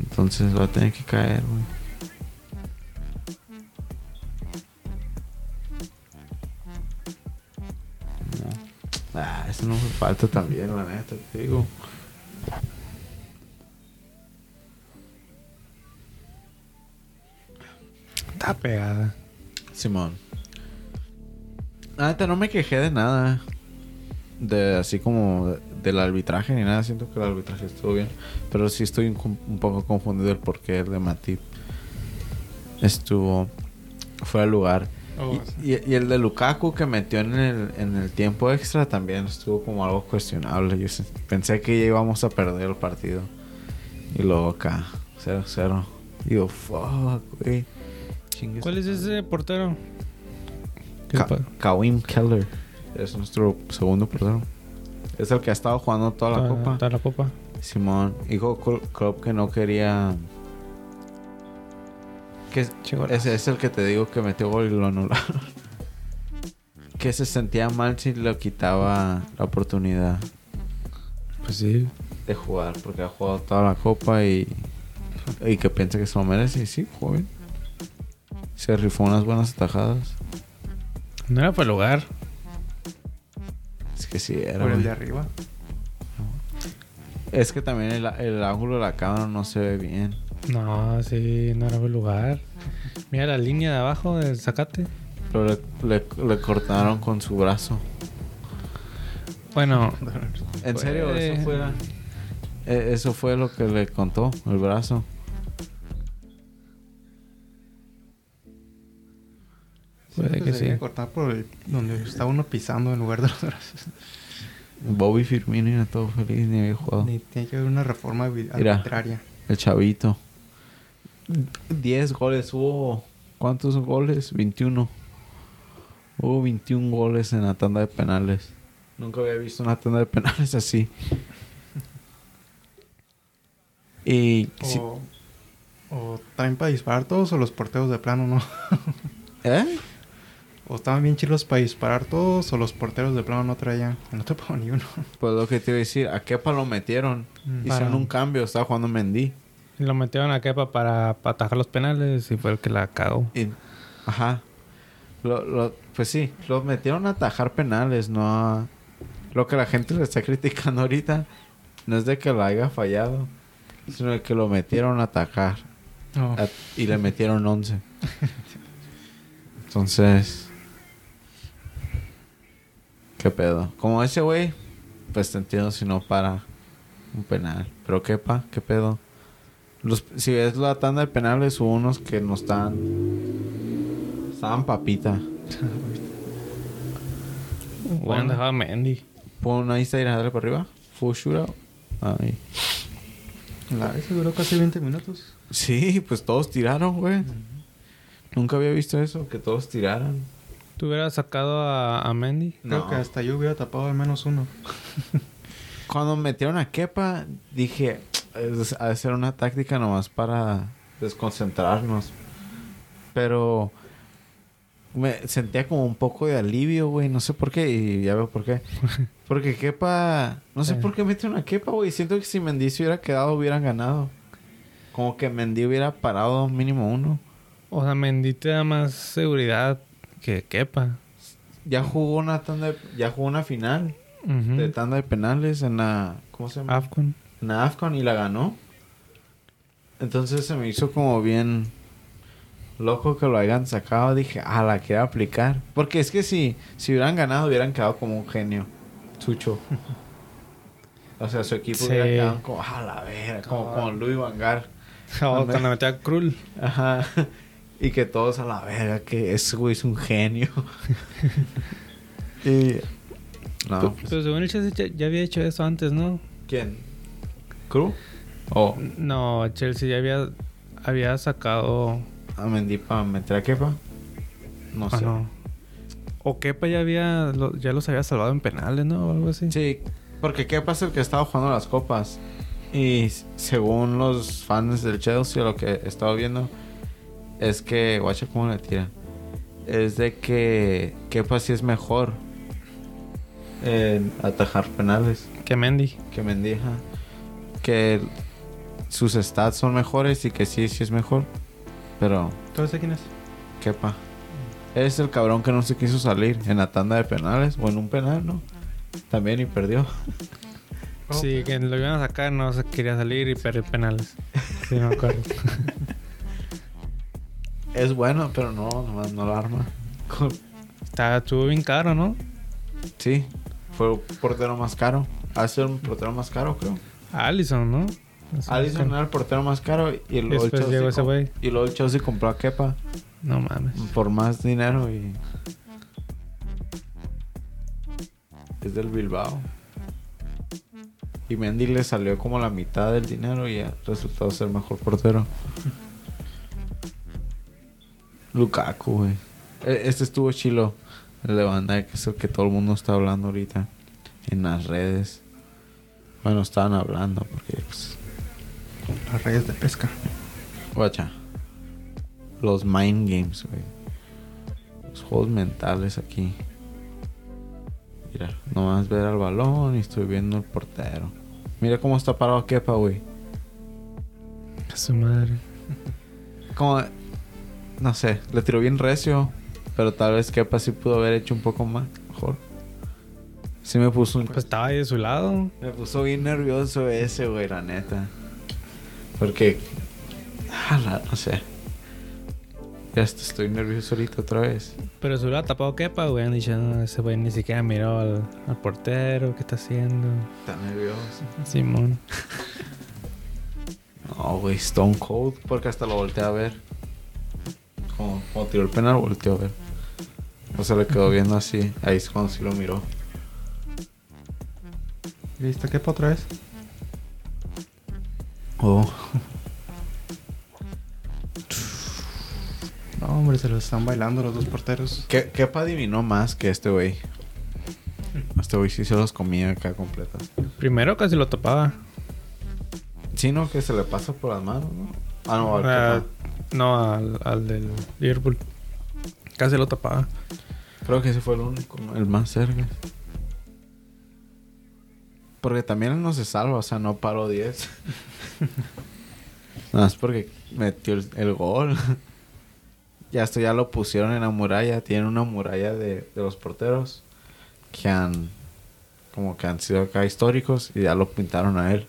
[SPEAKER 2] Entonces va a tener que caer, güey. No. Ah, eso no me falta también, la neta, te digo.
[SPEAKER 3] Está pegada.
[SPEAKER 2] Simón. Neta, no me quejé de nada. De así como de- del arbitraje ni nada. Siento que el arbitraje estuvo bien. Pero sí estoy un, com- un poco confundido el porqué el de Matip. Estuvo fuera de lugar.
[SPEAKER 1] Oh,
[SPEAKER 2] Y, y- y el de Lukaku que metió en el, en el tiempo extra también estuvo como algo cuestionable. Yo se- pensé que ya íbamos a perder el partido. Y luego acá, 0-0. Digo, fuck, güey. Chingue
[SPEAKER 3] ¿Cuál es ese portero? ¿Qué
[SPEAKER 2] Ka-
[SPEAKER 3] pa-
[SPEAKER 2] Karim Keller. Es nuestro segundo portero. Es el que ha estado jugando toda la
[SPEAKER 3] toda-
[SPEAKER 2] copa.
[SPEAKER 3] toda la copa.
[SPEAKER 2] Simón. Dijo Kl- Klopp que no quería... Que es-
[SPEAKER 3] Chingón.
[SPEAKER 2] ese es el que te digo que metió gol y lo anularon. que se sentía mal si le quitaba la oportunidad
[SPEAKER 3] Pues sí.
[SPEAKER 2] de jugar. Porque ha jugado toda la copa y... Y que piensa que se lo merece. Y sí, jugó bien. Se rifó unas buenas atajadas.
[SPEAKER 3] No era para el lugar.
[SPEAKER 2] Es que sí, era...
[SPEAKER 1] por el
[SPEAKER 2] güey.
[SPEAKER 1] de arriba.
[SPEAKER 2] Es que también el, el ángulo de la cámara no se ve bien.
[SPEAKER 3] No, sí, no era para el lugar. Mira la línea de abajo del zacate.
[SPEAKER 2] Pero le, le- le cortaron con su brazo.
[SPEAKER 3] Bueno,
[SPEAKER 2] En
[SPEAKER 3] Fue-
[SPEAKER 1] Pues
[SPEAKER 2] serio, eso fue. eh, Eso fue lo que le contó, el brazo.
[SPEAKER 1] que cortar por el- donde está uno pisando en lugar de los brazos.
[SPEAKER 2] Bobby Firmino era todo feliz, ni había jugado.
[SPEAKER 1] Ni- Tiene que haber una reforma vi-
[SPEAKER 2] Mira.
[SPEAKER 1] arbitraria.
[SPEAKER 2] El chavito. 10 goles hubo. ¿Cuántos goles? 21. Hubo 21 goles en la tanda de penales. Nunca había visto una tanda de penales así. Y sí-
[SPEAKER 1] O, o también para disparar todos o los porteros de plano no.
[SPEAKER 2] ¿Eh?
[SPEAKER 1] O estaban bien chilos para disparar todos o los porteros de plano no traían. No te pongo ni uno.
[SPEAKER 2] Pues lo que te iba a decir, a Kepa lo metieron.
[SPEAKER 1] Mm.
[SPEAKER 2] Hicieron
[SPEAKER 1] Para-
[SPEAKER 2] un cambio, estaba jugando Mendy.
[SPEAKER 3] Y lo metieron a Kepa para, para atajar los penales y fue el que la cagó.
[SPEAKER 2] Y- ajá. Lo- lo- pues sí, lo metieron a atajar penales, no a- Lo que la gente le está criticando ahorita no es de que lo haya fallado, sino de que lo metieron a atacar
[SPEAKER 1] No.
[SPEAKER 2] a- y le metieron 11. Entonces... ¿Qué pedo? Como ese güey, pues te entiendo si no para un penal. Pero qué pa, qué pedo. Los, si ves la tanda de penales, hubo unos que no están... Estaban papita.
[SPEAKER 3] Hubieran dejado a Mendy.
[SPEAKER 2] Pon ahí está dale para arriba. Full shootout. Ahí.
[SPEAKER 1] La vez duró casi 20 minutos.
[SPEAKER 2] Sí, pues todos tiraron, güey. Nunca había visto eso, que todos tiraran.
[SPEAKER 3] ¿Tú hubieras sacado a, a Mendy?
[SPEAKER 1] Creo
[SPEAKER 2] No.
[SPEAKER 1] que hasta yo hubiera tapado al menos uno.
[SPEAKER 2] Cuando metieron a Kepa, dije, "Es- ha de ser una táctica nomás para desconcentrarnos. Pero me sentía como un poco de alivio, güey. No sé por qué, y ya veo por qué. Porque Kepa, no sé
[SPEAKER 3] Eh.
[SPEAKER 2] por qué metieron a Kepa, güey. Siento que si Mendy se hubiera quedado, hubieran ganado. Como que Mendy hubiera parado mínimo uno.
[SPEAKER 3] O sea, Mendy te da más seguridad que Kepa.
[SPEAKER 2] Ya jugó una tanda de- ya jugó una final
[SPEAKER 3] Ujú.
[SPEAKER 2] de tanda de penales en la ¿cómo se llama?
[SPEAKER 3] Afcon.
[SPEAKER 2] en la Afcon y la ganó. Entonces se me hizo como bien loco que lo hayan sacado, dije, "Ah, la quiero aplicar." Porque es que si si hubieran ganado hubieran quedado como un genio, Chucho. O sea, su equipo
[SPEAKER 3] Sí.
[SPEAKER 2] hubiera quedado como, "Ah, la verga", como con Luis Vangar.
[SPEAKER 3] O cuando metió a Krul.
[SPEAKER 2] Ajá. Y que todos a la verga, que ese güey es un genio. y. No.
[SPEAKER 3] Pero según el Chelsea ya, ya había hecho eso antes, ¿no?
[SPEAKER 2] ¿Quién? ¿Crew? ¿O
[SPEAKER 3] No, Chelsea ya había, había sacado...
[SPEAKER 2] a Mendy para meter a Kepa? No
[SPEAKER 3] ah,
[SPEAKER 2] sé.
[SPEAKER 3] no. O Kepa ya había... lo- ya los había salvado en penales, ¿no? O algo así.
[SPEAKER 2] Sí, porque Kepa es el que estaba jugando las copas. Y s- según los fans del Chelsea, lo que he estado viendo es que. Guacha, ¿cómo le tira? Es de que Kepa sí es mejor en atajar penales.
[SPEAKER 3] Que Mendy.
[SPEAKER 2] que mendiga que sus stats son mejores y que sí, sí es mejor. Pero,
[SPEAKER 1] Entonces, ¿quién es?
[SPEAKER 2] quepa. Es el cabrón que no se quiso salir en la tanda de penales o en un penal, ¿no? También y perdió.
[SPEAKER 3] Oh, Sí, que lo iban a sacar, no se quería salir y perdió penales. Sí, me acuerdo.
[SPEAKER 2] Es bueno, pero no, nomás no la arma. Con-
[SPEAKER 3] Está, estuvo bien caro, ¿no?
[SPEAKER 2] Sí, fue el portero más caro. Ha sido el portero más caro, creo.
[SPEAKER 3] Allison, ¿no? Eso
[SPEAKER 2] Allison
[SPEAKER 3] no.
[SPEAKER 2] era el portero más caro y luego, el
[SPEAKER 3] Después
[SPEAKER 2] Chelsea,
[SPEAKER 3] llegó ese
[SPEAKER 2] com-
[SPEAKER 3] güey.
[SPEAKER 2] y luego el Chelsea compró a Kepa
[SPEAKER 3] No mames.
[SPEAKER 2] por más dinero y... Es del Bilbao. Y Mendy le salió como la mitad del dinero y ha resultado ser mejor portero. Lukaku, güey. E- Este estuvo chilo. El de Van Dijk, que es el que todo el mundo está hablando ahorita. En las redes. Bueno, estaban hablando porque... pues,
[SPEAKER 1] Las redes de pesca.
[SPEAKER 2] Guacha. Los mind games, güey. Los juegos mentales aquí. Mira, nomás ver al balón y estoy viendo el portero. Mira cómo está parado Kepa, güey.
[SPEAKER 3] A su madre.
[SPEAKER 2] Como... No sé, le tiró bien recio. Pero tal vez Kepa sí pudo haber hecho un poco más. Mejor. Sí me puso un...
[SPEAKER 3] Pues estaba ahí de su lado.
[SPEAKER 2] Me puso bien nervioso ese, güey, la neta. Porque. Ah, la- no sé. Ya hasta estoy nervioso ahorita otra vez.
[SPEAKER 3] Pero su lado tapado Kepa, güey. Han dicho, no, ese güey ni siquiera miró al, al portero, ¿qué está haciendo?
[SPEAKER 2] Está nervioso.
[SPEAKER 3] Simón.
[SPEAKER 2] No, güey, Stone Cold. Porque hasta lo volteé a ver. Como, como tiró el penal, volteó a ver. O se le quedó viendo así. Ahí es cuando sí lo miró.
[SPEAKER 1] ¿Listo? ¿Qué pa' otra vez?
[SPEAKER 2] Oh.
[SPEAKER 1] No, hombre, se los están bailando los dos porteros.
[SPEAKER 2] ¿Qué, Kepa adivinó más que este güey? Este güey sí se los comía acá completas.
[SPEAKER 3] Primero casi lo tapaba.
[SPEAKER 2] Sino que se le pasa por las manos, ¿no? Ah, no, al
[SPEAKER 3] Ah,
[SPEAKER 2] Kepa.
[SPEAKER 3] no, al, al del Liverpool. Casi lo tapaba.
[SPEAKER 2] Creo que ese fue el único, ¿no? el más cerca. Porque también él no se salva, o sea, no paró 10. Nada más porque metió el, el gol. ya esto ya lo pusieron en la muralla. Tienen una muralla de, de los porteros que han como que han sido acá históricos y ya lo pintaron a él.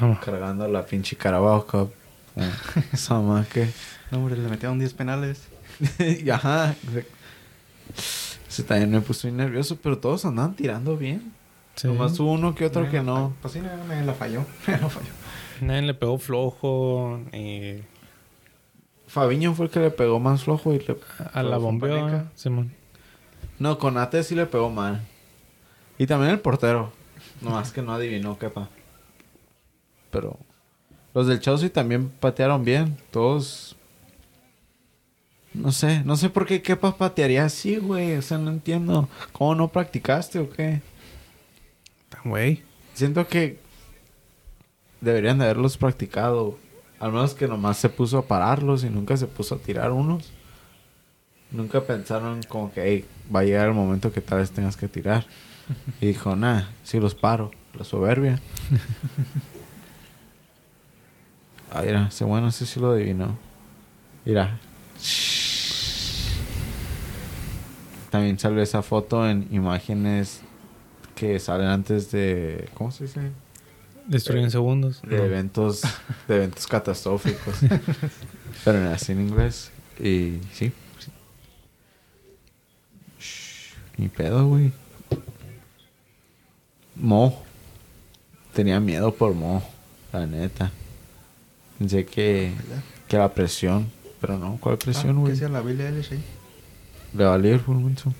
[SPEAKER 3] No,
[SPEAKER 2] Cargando la pinche Carabao Cup. Esa más que...
[SPEAKER 1] No, hombre, le metieron 10 penales.
[SPEAKER 2] Y Ajá. Se también me puso muy nervioso, pero todos andaban tirando bien.
[SPEAKER 3] sí.
[SPEAKER 2] Nomás hubo uno que otro que no.
[SPEAKER 1] Pues sí, no, me la falló. Me la falló.
[SPEAKER 3] Nadie le pegó flojo. Y
[SPEAKER 2] Fabiño fue el que le pegó más flojo y le...
[SPEAKER 3] a la
[SPEAKER 2] Fue
[SPEAKER 3] bombeó.
[SPEAKER 2] Fonseca.
[SPEAKER 3] ¿eh? Simón.
[SPEAKER 2] No, Conate sí le pegó mal. Y también el portero. Nomás que no adivinó, quepa. Pero... Los del Chelsea también patearon bien. Todos... No sé. No sé por qué Kepa patearía así, güey. O sea, no entiendo. ¿Cómo no practicaste o qué?
[SPEAKER 3] Tan Güey.
[SPEAKER 2] Siento que deberían de haberlos practicado. Al menos que nomás se puso a pararlos y nunca se puso a tirar unos. Nunca pensaron como que "Ey, va a llegar el momento que tal vez tengas que tirar. Y dijo, nah, si los paro, la soberbia. Ah, mira, ese bueno, ese sí lo adivinó. Mira. También salió esa foto en imágenes que salen antes de... ¿Cómo se dice?
[SPEAKER 3] Destruyó en segundos.
[SPEAKER 2] de eventos de eventos catastróficos pero en- así en inglés y sí, sí. Shh, ni pedo güey Mo tenía miedo por Mo la neta pensé que que la presión pero no cuál presión
[SPEAKER 1] Ah, ¿Qué
[SPEAKER 2] güey
[SPEAKER 1] hacía la Billie Eilish ahí?
[SPEAKER 2] le va a Liverpool mucho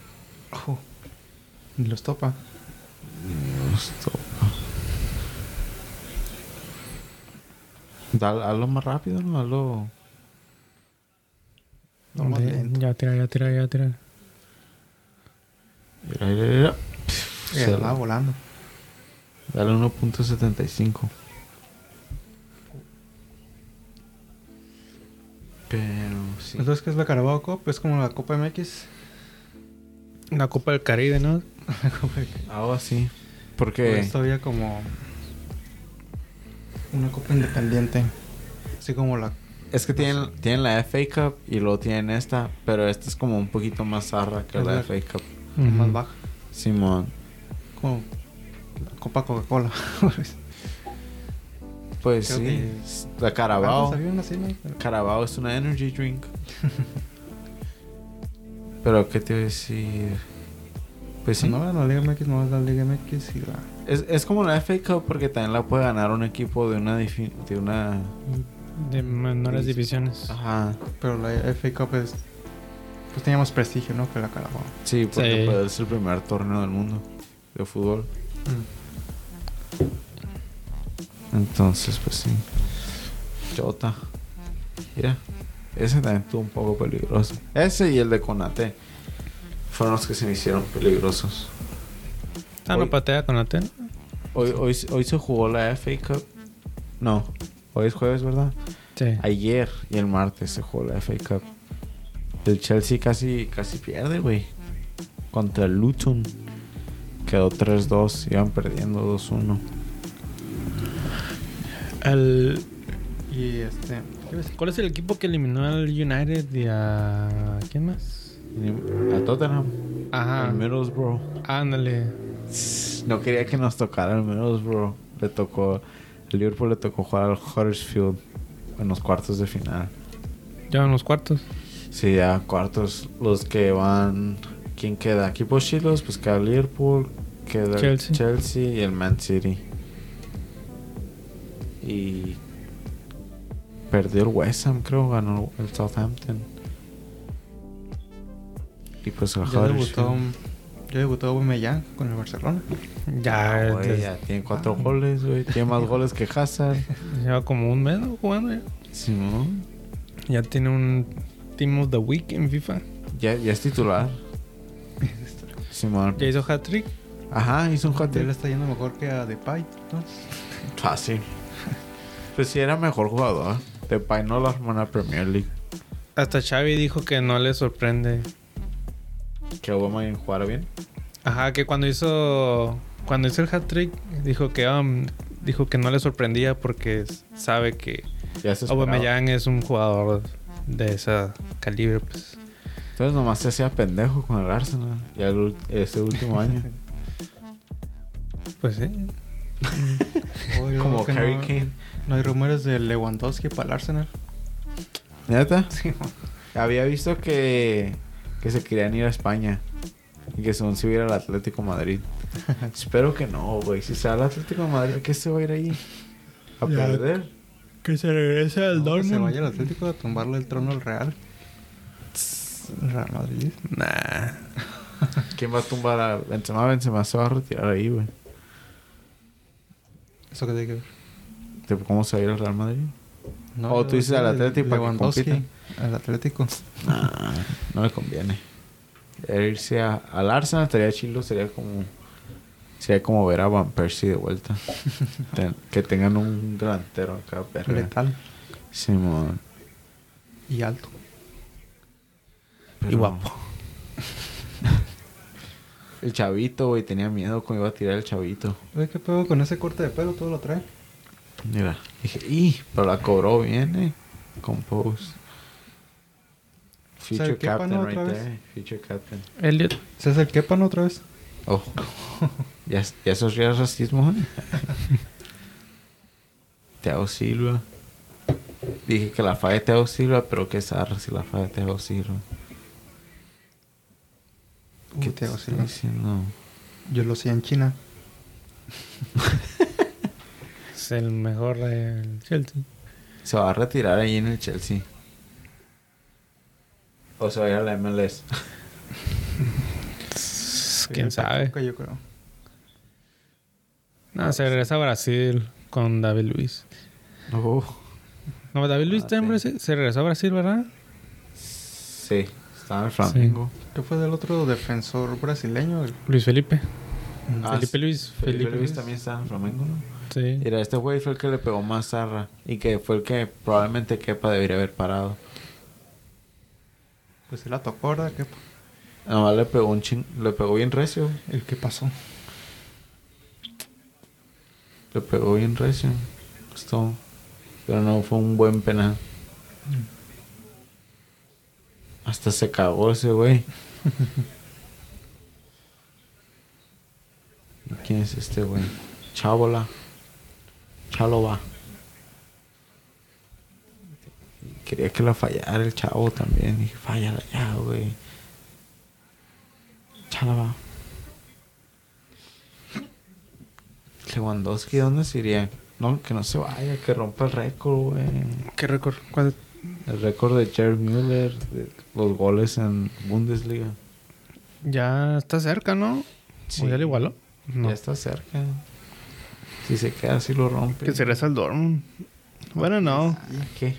[SPEAKER 1] Ojo. Ni los topa.
[SPEAKER 2] Esto. Dal- hazlo más rápido no hazlo
[SPEAKER 1] No, más
[SPEAKER 3] De-
[SPEAKER 1] lento.
[SPEAKER 3] ya tira, ya tira, ya tira.
[SPEAKER 2] Mira, mira, mira.
[SPEAKER 1] Se
[SPEAKER 2] Se-
[SPEAKER 1] va volando.
[SPEAKER 2] Dale 1.75. Pero sí.
[SPEAKER 1] Entonces, ¿qué es la Carabao Cup? Es como la Copa MX.
[SPEAKER 3] La Copa del Caribe, ¿no?
[SPEAKER 1] La Copa de-
[SPEAKER 2] Algo así.
[SPEAKER 1] Pero
[SPEAKER 2] Ah, oh, Porque
[SPEAKER 1] Es todavía como una Copa independiente. Así como la...
[SPEAKER 2] es que tienen, tienen la FA Cup y luego tienen esta. Pero esta es como un poquito más zarra que
[SPEAKER 1] Es
[SPEAKER 2] la
[SPEAKER 1] la-
[SPEAKER 2] FA Cup.
[SPEAKER 1] más
[SPEAKER 3] Ujú.
[SPEAKER 1] baja.
[SPEAKER 2] Simón.
[SPEAKER 1] Como la Copa Coca-Cola.
[SPEAKER 2] Pues
[SPEAKER 1] Creo
[SPEAKER 2] sí.
[SPEAKER 1] que-
[SPEAKER 2] es La
[SPEAKER 1] Antes
[SPEAKER 2] Carabao.
[SPEAKER 1] Ah, pues, había una así, ¿no? Pero-
[SPEAKER 2] Carabao es una energy drink. pero qué te voy a decir. Pues sí.
[SPEAKER 1] No, la Liga MX no es la Liga MX y la...
[SPEAKER 2] Es, es como la FA Cup porque también la puede ganar un equipo de una difi- de una
[SPEAKER 3] De menores
[SPEAKER 2] Sí.
[SPEAKER 3] divisiones.
[SPEAKER 2] ajá
[SPEAKER 1] Pero la FA Cup es... Pues tenía más prestigio, ¿no? Que la Carabao.
[SPEAKER 2] sí porque
[SPEAKER 3] Sí.
[SPEAKER 2] puede ser el primer torneo del mundo de fútbol entonces pues sí Chota mira ese también estuvo un poco peligroso ese y el de Conate fueron los que se me hicieron peligrosos
[SPEAKER 3] Ah, no
[SPEAKER 2] Hoy-
[SPEAKER 3] patea con la tela.
[SPEAKER 2] hoy hoy hoy se jugó la FA Cup no hoy es jueves verdad
[SPEAKER 3] Sí.
[SPEAKER 2] ayer y el martes se jugó la FA Cup. El Chelsea casi, casi pierde, güey. Contra el Luton. Quedó 3-2, iban perdiendo 2-1.
[SPEAKER 3] El-
[SPEAKER 1] Y este... ¿Qué ves?
[SPEAKER 3] ¿Cuál es el equipo que eliminó al United y a. ¿Quién más?
[SPEAKER 2] Y A Tottenham.
[SPEAKER 3] Ajá.
[SPEAKER 2] Al Middlesbrough.
[SPEAKER 3] Ándale.
[SPEAKER 2] No quería que nos tocara el Middlesbrough. Le tocó... El Liverpool le tocó jugar al Huddersfield en los cuartos de final.
[SPEAKER 3] Ya en los cuartos.
[SPEAKER 2] Sí, ya cuartos. Los que van... ¿Quién queda? Equipos chilos, pues queda el Liverpool, queda el
[SPEAKER 3] Chelsea.
[SPEAKER 2] Chelsea y el Man City. Y perdió el West Ham, creo, ganó el Southampton. Y pues a
[SPEAKER 1] Yo
[SPEAKER 2] Harry
[SPEAKER 1] debutó, yo debutó Aubameyang con el Barcelona.
[SPEAKER 3] Ya,
[SPEAKER 2] Ah, Güey,
[SPEAKER 3] des-
[SPEAKER 2] ya tiene cuatro
[SPEAKER 3] Ah.
[SPEAKER 2] goles, güey. Tiene más goles que Hazard.
[SPEAKER 3] lleva como un mes ¿no? jugando. ya.
[SPEAKER 2] Simón.
[SPEAKER 3] Ya tiene un Team of the Week en FIFA.
[SPEAKER 2] Ya, ya es titular. Simón.
[SPEAKER 3] Ya hizo hat-trick.
[SPEAKER 2] Ajá, hizo un
[SPEAKER 1] Ya le
[SPEAKER 2] hat
[SPEAKER 1] está yendo mejor que a Depay, ¿no?
[SPEAKER 2] Fácil. Pues sí, era mejor jugador. Depay no lo armó en la Premier League.
[SPEAKER 3] Hasta Xavi dijo que no le sorprende.
[SPEAKER 2] Que Obama jugara bien.
[SPEAKER 3] Ajá, que cuando hizo cuando hizo el hat-trick dijo que um, dijo que no le sorprendía porque sabe que
[SPEAKER 2] Ya se esperaba.
[SPEAKER 3] Aubameyang es un jugador de esa calibre, pues.
[SPEAKER 2] Entonces nomás se hacía pendejo con el Arsenal. Ya el ul- ese último año.
[SPEAKER 3] Pues sí.
[SPEAKER 1] Hoy luego
[SPEAKER 2] Como
[SPEAKER 1] que
[SPEAKER 2] Harry
[SPEAKER 1] no,
[SPEAKER 2] Kane.
[SPEAKER 1] no hay rumores de Lewandowski para el Arsenal.
[SPEAKER 2] ¿Neta?
[SPEAKER 1] Sí,
[SPEAKER 2] Había visto que, que se querían ir a España. Y que según se iba a ir al Atlético de Madrid. Espero que no, güey. Si se va al Atlético de Madrid, ¿a qué se va a ir ahí? ¿A
[SPEAKER 3] Ya.
[SPEAKER 2] perder?
[SPEAKER 3] Que se regrese al
[SPEAKER 1] No, que se vaya al Atlético a tumbarle el trono al Real. El Real Madrid.
[SPEAKER 3] Nah.
[SPEAKER 2] ¿Quién va a tumbar a Benzema? Benzema se va a retirar ahí, güey.
[SPEAKER 1] Eso que tiene que ver.
[SPEAKER 2] ¿De ¿Cómo se va a ir al Real Madrid? O tú dices
[SPEAKER 1] yo-
[SPEAKER 2] al Atlético para que
[SPEAKER 1] Lewandowski,
[SPEAKER 2] compita.
[SPEAKER 1] Al Atlético.
[SPEAKER 2] Nah, Ah, no le conviene. E Irse a- al Arsenal estaría chilo, sería como... Sería como ver a Van Persie de vuelta. Ten- que tengan un delantero acá, perra.
[SPEAKER 1] Letal
[SPEAKER 2] Simón.
[SPEAKER 1] y alto.
[SPEAKER 2] Pero-
[SPEAKER 3] Y guapo.
[SPEAKER 2] El chavito, güey, tenía miedo cuando iba a tirar el chavito.
[SPEAKER 1] Oye, ¿qué pedo con ese corte de pelo? Todo lo trae.
[SPEAKER 2] Mira. Dije, ¡y! Pero la cobró bien, eh. Compose. Future
[SPEAKER 1] ¿Sabe qué,
[SPEAKER 2] Captain,
[SPEAKER 1] pana,
[SPEAKER 2] right
[SPEAKER 1] otra vez?
[SPEAKER 2] there. Future Captain.
[SPEAKER 3] Elliot.
[SPEAKER 1] ¿Se hace el Kepa no otra vez?
[SPEAKER 2] Oh. ya, es- ya eso ya es racismo, eh. Teo Silva. Dije que la falla de Teo Silva, pero que zarra si la falla de Teo Silva.
[SPEAKER 1] ¿Qué
[SPEAKER 2] te
[SPEAKER 1] te hago?
[SPEAKER 2] estoy diciendo?
[SPEAKER 1] Yo lo hacía en China.
[SPEAKER 3] Es el mejor del Chelsea.
[SPEAKER 2] Se va a retirar ahí en el Chelsea. O se va a ir a la MLS.
[SPEAKER 3] ¿Quién sabe?
[SPEAKER 1] Yo creo.
[SPEAKER 3] No, se regresa a Brasil con David Luis. No, David Luis
[SPEAKER 2] Ah,
[SPEAKER 3] está en
[SPEAKER 2] sí.
[SPEAKER 3] Brasil. Se regresó a Brasil, ¿verdad?
[SPEAKER 2] Sí, está en el Flamengo.
[SPEAKER 1] ¿Qué fue del otro defensor brasileño? El-
[SPEAKER 3] Luis Felipe.
[SPEAKER 2] Ah,
[SPEAKER 3] Felipe
[SPEAKER 2] sí.
[SPEAKER 3] Luis.
[SPEAKER 2] Felipe,
[SPEAKER 3] Felipe
[SPEAKER 2] Luis
[SPEAKER 3] Luis.
[SPEAKER 2] también está en el Flamengo, ¿no?
[SPEAKER 3] Sí.
[SPEAKER 2] Mira, este güey fue el que le pegó más zarra y que fue el que probablemente Kepa debería haber parado.
[SPEAKER 1] Pues se la tocó, ¿verdad? ¿Qué,
[SPEAKER 2] Nomás le pegó un ching... Le pegó bien recio.
[SPEAKER 1] el que pasó.
[SPEAKER 2] Le pegó bien recio. Es todo. Pero no fue un buen penal. Hasta se cagó ese güey. ¿Y ¿Quién es este güey? Chábola. Chaloba. Quería que la fallara el chavo también. Dije, fallala ya, güey. Chaloba. Lewandowski, ¿dónde se iría? No, que no se vaya, que rompa el récord, güey.
[SPEAKER 3] ¿Qué récord? ¿Cuál?
[SPEAKER 2] El récord de Jared Müller, de los goles en Bundesliga.
[SPEAKER 3] Ya está cerca, ¿no?
[SPEAKER 2] Sí.
[SPEAKER 3] ¿O ya lo igualó? No.
[SPEAKER 2] Ya está cerca. Si se queda así lo rompe. Ah,
[SPEAKER 3] Que se regresa al Dortmund. Bueno, no.
[SPEAKER 2] ¿Qué?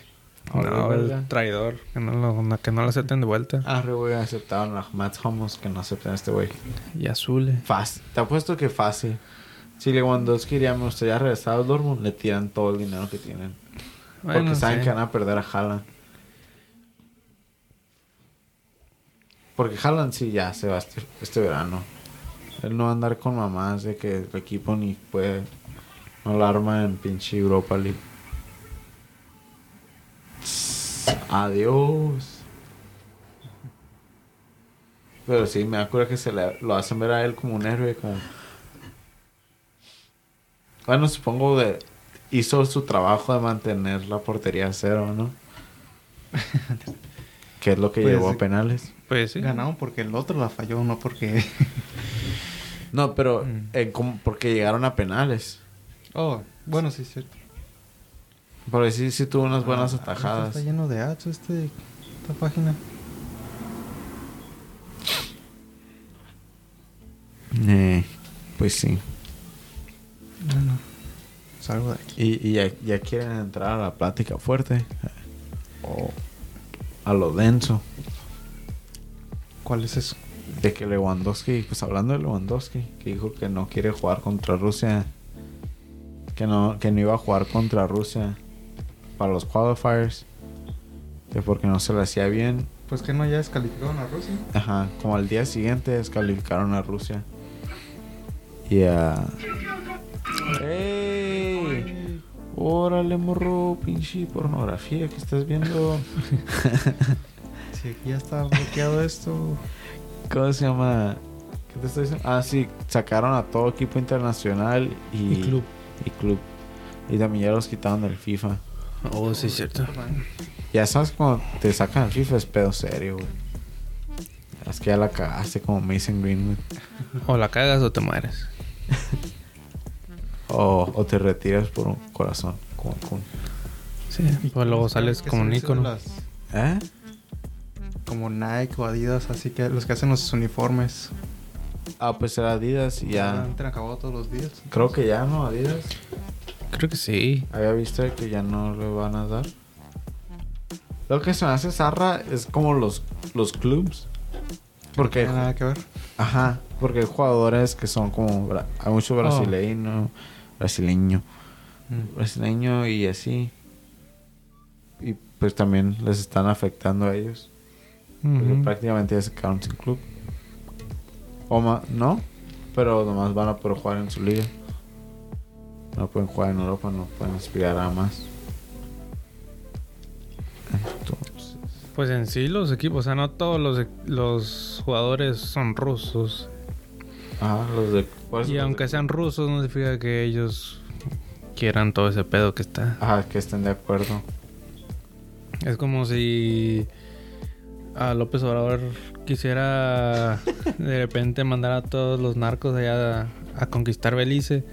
[SPEAKER 3] No, el traidor. Que no lo, no- que no lo acepten de vuelta.
[SPEAKER 2] Ah, re, güey, aceptaron a Matt Homos que no aceptan a este güey.
[SPEAKER 3] Y eh. Azule.
[SPEAKER 2] Fácil. Te apuesto que fácil. Si Lewandowski iría, me gustaría regresar al Dortmund, le tiran todo el dinero que tienen.
[SPEAKER 3] Bueno,
[SPEAKER 2] porque saben
[SPEAKER 3] sí.
[SPEAKER 2] que van a perder a Haaland. Porque Haaland sí ya se va este, este verano. Él no va a andar con mamás de que el equipo ni puede. No la arma en pinche Europa League. Adiós. Pero sí, me acuerdo que se le- lo hacen ver a él como un héroe, como... Bueno, supongo que hizo su trabajo de mantener la portería a cero, ¿no? que es lo que
[SPEAKER 1] Pues,
[SPEAKER 2] llevó a
[SPEAKER 1] sí.
[SPEAKER 2] penales.
[SPEAKER 3] Pues sí.
[SPEAKER 1] Ganaron porque el otro la falló, no porque.
[SPEAKER 2] No, pero
[SPEAKER 1] Mm.
[SPEAKER 2] eh, como- porque llegaron a penales.
[SPEAKER 1] Oh, bueno, sí, es cierto.
[SPEAKER 2] Pero sí, sí tuvo unas buenas
[SPEAKER 1] Ah, ahorita
[SPEAKER 2] atajadas.
[SPEAKER 1] Está lleno de ads este, esta página.
[SPEAKER 2] Eh, pues sí.
[SPEAKER 1] No, no. Salgo de aquí.
[SPEAKER 2] Y, y ya, ya quieren entrar a la plática fuerte. O a lo denso.
[SPEAKER 1] ¿Cuál es eso?
[SPEAKER 2] De que Lewandowski, pues hablando de Lewandowski, que dijo que no quiere jugar contra Rusia. Que no, que no iba a jugar contra Rusia para los qualifiers. Que porque no se le hacía bien.
[SPEAKER 1] Pues que no ya descalificaron a Rusia.
[SPEAKER 2] Ajá, como al día siguiente descalificaron a Rusia. Y a. ¡Ey! Órale, morro, pinche pornografía que estás viendo.
[SPEAKER 1] Si aquí ya está bloqueado esto.
[SPEAKER 2] ¿Cómo se llama? ¿Qué te estoy diciendo? Ah, sí, sacaron a todo equipo internacional y,
[SPEAKER 3] Y club.
[SPEAKER 2] Y club. Y también ya los quitaron del FIFA.
[SPEAKER 3] Oh, sí, es cierto.
[SPEAKER 2] Ya sabes cuando te sacan del FIFA es pedo serio, güey. Es que ya la cagaste como Mason Greenwood.
[SPEAKER 3] O la cagas o te mueres.
[SPEAKER 2] O, o te retiras por un corazón, como Kun.
[SPEAKER 3] Sí. Pues luego sales
[SPEAKER 1] Que
[SPEAKER 3] como
[SPEAKER 1] son
[SPEAKER 3] un
[SPEAKER 1] esas de
[SPEAKER 3] ícono.
[SPEAKER 1] las-
[SPEAKER 2] ¿Eh?
[SPEAKER 1] Como Nike o Adidas, así que los que hacen los uniformes.
[SPEAKER 2] Ah, pues era Adidas y ya.
[SPEAKER 1] Han acabado todos los días.
[SPEAKER 2] Creo que ya no, Adidas.
[SPEAKER 3] Creo que sí.
[SPEAKER 2] Había visto que ya no le van a dar. Lo que se me hace zarra es como los, los clubs. Porque,
[SPEAKER 1] No tiene nada que ver.
[SPEAKER 2] ajá, porque hay jugadores que son como. bra- Hay mucho brasileño, brasileño, brasileño y así. Y pues también les están afectando a ellos. Porque
[SPEAKER 3] Ujú.
[SPEAKER 2] prácticamente ya se quedaron sin club. O ma- no, pero nomás van a poder jugar en su liga. No pueden jugar en Europa, no pueden aspirar a más. Entonces,
[SPEAKER 3] Pues en sí los equipos, o sea, no todos los, e-, los jugadores son rusos.
[SPEAKER 2] ah, los de. por eso
[SPEAKER 3] Y
[SPEAKER 2] los
[SPEAKER 3] aunque
[SPEAKER 2] de-
[SPEAKER 3] sean rusos, no significa que ellos quieran todo ese pedo que está.
[SPEAKER 2] Ajá, que estén de acuerdo.
[SPEAKER 3] Es como si a López Obrador quisiera de repente mandar a todos los narcos allá a, a conquistar Belice.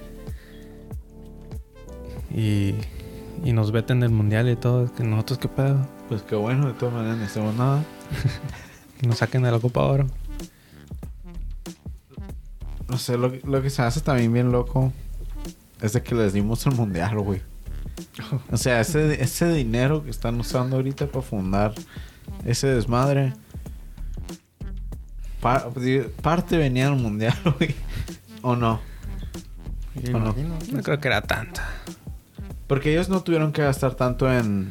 [SPEAKER 3] Y, y nos veten del mundial y todo. Que nosotros qué pedo.
[SPEAKER 2] Pues que bueno, de todas maneras no hacemos nada.
[SPEAKER 3] Que nos saquen de la Copa Oro.
[SPEAKER 2] No sé, lo, que- lo que se hace también bien loco es de que les dimos el mundial, güey. O sea, ese, ese dinero que están usando ahorita para fundar ese desmadre. pa- di- parte venía del mundial, güey. ¿O no?
[SPEAKER 1] Yo
[SPEAKER 2] ¿O no?
[SPEAKER 1] imagino.
[SPEAKER 3] No creo que era tanta.
[SPEAKER 2] Porque ellos no tuvieron que gastar tanto en,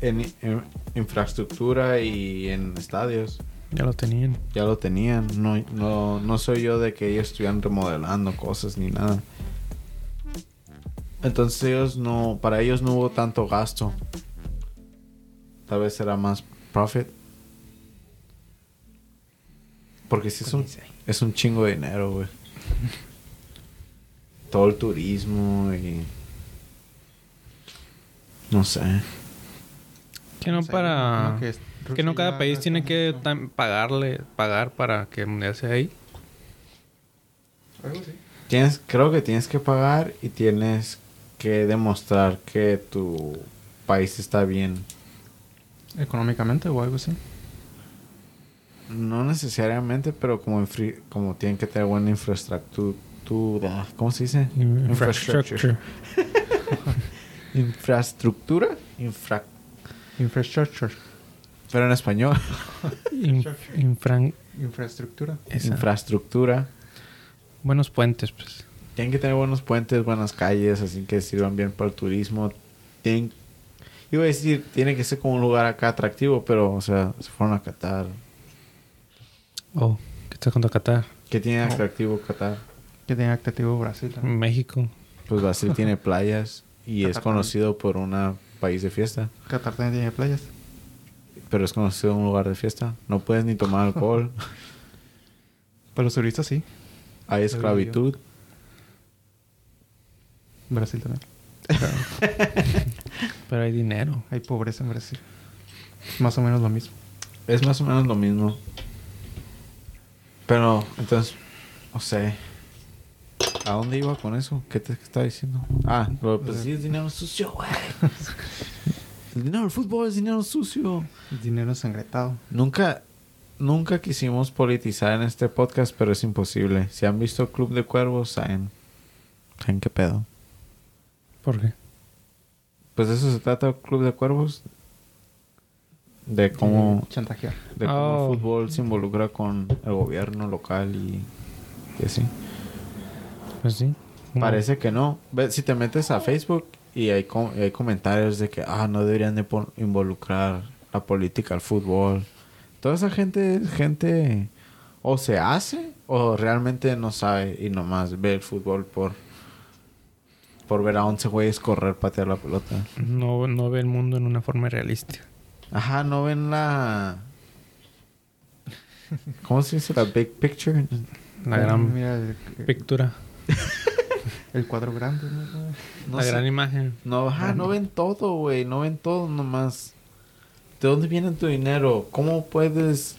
[SPEAKER 2] en- en infraestructura y en estadios.
[SPEAKER 3] Ya lo tenían.
[SPEAKER 2] Ya lo tenían. No, no, no soy yo de que ellos estuvieran remodelando cosas ni nada. Entonces ellos no, para ellos no hubo tanto gasto. Tal vez era más profit. Porque si es un, es un chingo de dinero, güey. Todo el turismo y... No sé.
[SPEAKER 3] Que no
[SPEAKER 1] O sea,
[SPEAKER 3] para...
[SPEAKER 1] imagino
[SPEAKER 3] Que no cada
[SPEAKER 1] Rusia
[SPEAKER 3] país tiene
[SPEAKER 1] gasta
[SPEAKER 3] que
[SPEAKER 1] mucho.
[SPEAKER 3] tam- pagarle, pagar para que el mundial sea ahí.
[SPEAKER 1] Algo así.
[SPEAKER 2] Tienes, creo que tienes que pagar y tienes que demostrar que tu país está bien.
[SPEAKER 1] Económicamente o algo así.
[SPEAKER 2] No necesariamente, pero como, infri- como tienen que tener buena infraestructura. ¿Cómo se dice? Infrastructure. Infraestructura. Infra-
[SPEAKER 1] Infrastructure.
[SPEAKER 2] pero en español.
[SPEAKER 3] Inf- infran-
[SPEAKER 1] Infraestructura.
[SPEAKER 3] esa.
[SPEAKER 2] Infraestructura.
[SPEAKER 3] Buenos puentes, pues.
[SPEAKER 2] Tienen que tener buenos puentes, buenas calles, así que sirvan bien para el turismo. Tienen, iba a decir, tiene que ser como un lugar acá atractivo, pero, o sea, se fueron a Qatar.
[SPEAKER 3] Oh, que está junto a Qatar.
[SPEAKER 2] ¿Qué tiene
[SPEAKER 1] No.
[SPEAKER 2] atractivo Qatar?
[SPEAKER 1] Que tiene activo Brasil. ¿no?
[SPEAKER 3] México.
[SPEAKER 2] Pues Brasil tiene playas y es
[SPEAKER 1] Qatar
[SPEAKER 2] conocido por un país de fiesta,
[SPEAKER 3] Mm.
[SPEAKER 1] Qatar también tiene playas.
[SPEAKER 2] pero es conocido un lugar de fiesta. No puedes ni tomar alcohol,
[SPEAKER 1] Pero los turistas sí.
[SPEAKER 2] hay esclavitud.
[SPEAKER 1] Brasil también.
[SPEAKER 3] Pero hay dinero.
[SPEAKER 1] Hay pobreza en Brasil. Más o menos lo mismo.
[SPEAKER 2] Es más o menos lo mismo. Pero, entonces, no sé. ¿A dónde iba con eso? ¿Qué te estaba diciendo? Ah, lo- pues sí, es dinero sucio, güey. El dinero del fútbol es dinero sucio.
[SPEAKER 1] Dinero sangretado.
[SPEAKER 2] Nunca, nunca quisimos politizar en este podcast, pero es imposible. Si han visto Club de Cuervos, saben, saben qué pedo.
[SPEAKER 3] ¿Por qué?
[SPEAKER 2] Pues de eso se trata Club de Cuervos. De cómo,
[SPEAKER 1] chantajear.
[SPEAKER 2] de cómo
[SPEAKER 3] Oh.
[SPEAKER 2] el fútbol se involucra con el gobierno local y, y así.
[SPEAKER 3] Pues sí. No.
[SPEAKER 2] Parece que no. Ve, Si te metes a Facebook y hay, com- y hay comentarios de que ah, no deberían de pon- involucrar la política al fútbol. Toda esa gente es gente o se hace o realmente no sabe y nomás ve el fútbol por, por ver a 11 güeyes correr, patear la pelota.
[SPEAKER 3] No, no ve el mundo en una forma realista.
[SPEAKER 2] Ajá, no ven la... ¿Cómo se dice? La big picture.
[SPEAKER 3] La gran
[SPEAKER 1] Mira, el,
[SPEAKER 3] pictura.
[SPEAKER 1] el cuadro grande, ¿no?
[SPEAKER 2] No
[SPEAKER 3] la
[SPEAKER 2] sé.
[SPEAKER 3] gran imagen.
[SPEAKER 2] No, ajá, no ven todo, güey. No ven todo nomás. ¿De dónde viene tu dinero? ¿Cómo puedes...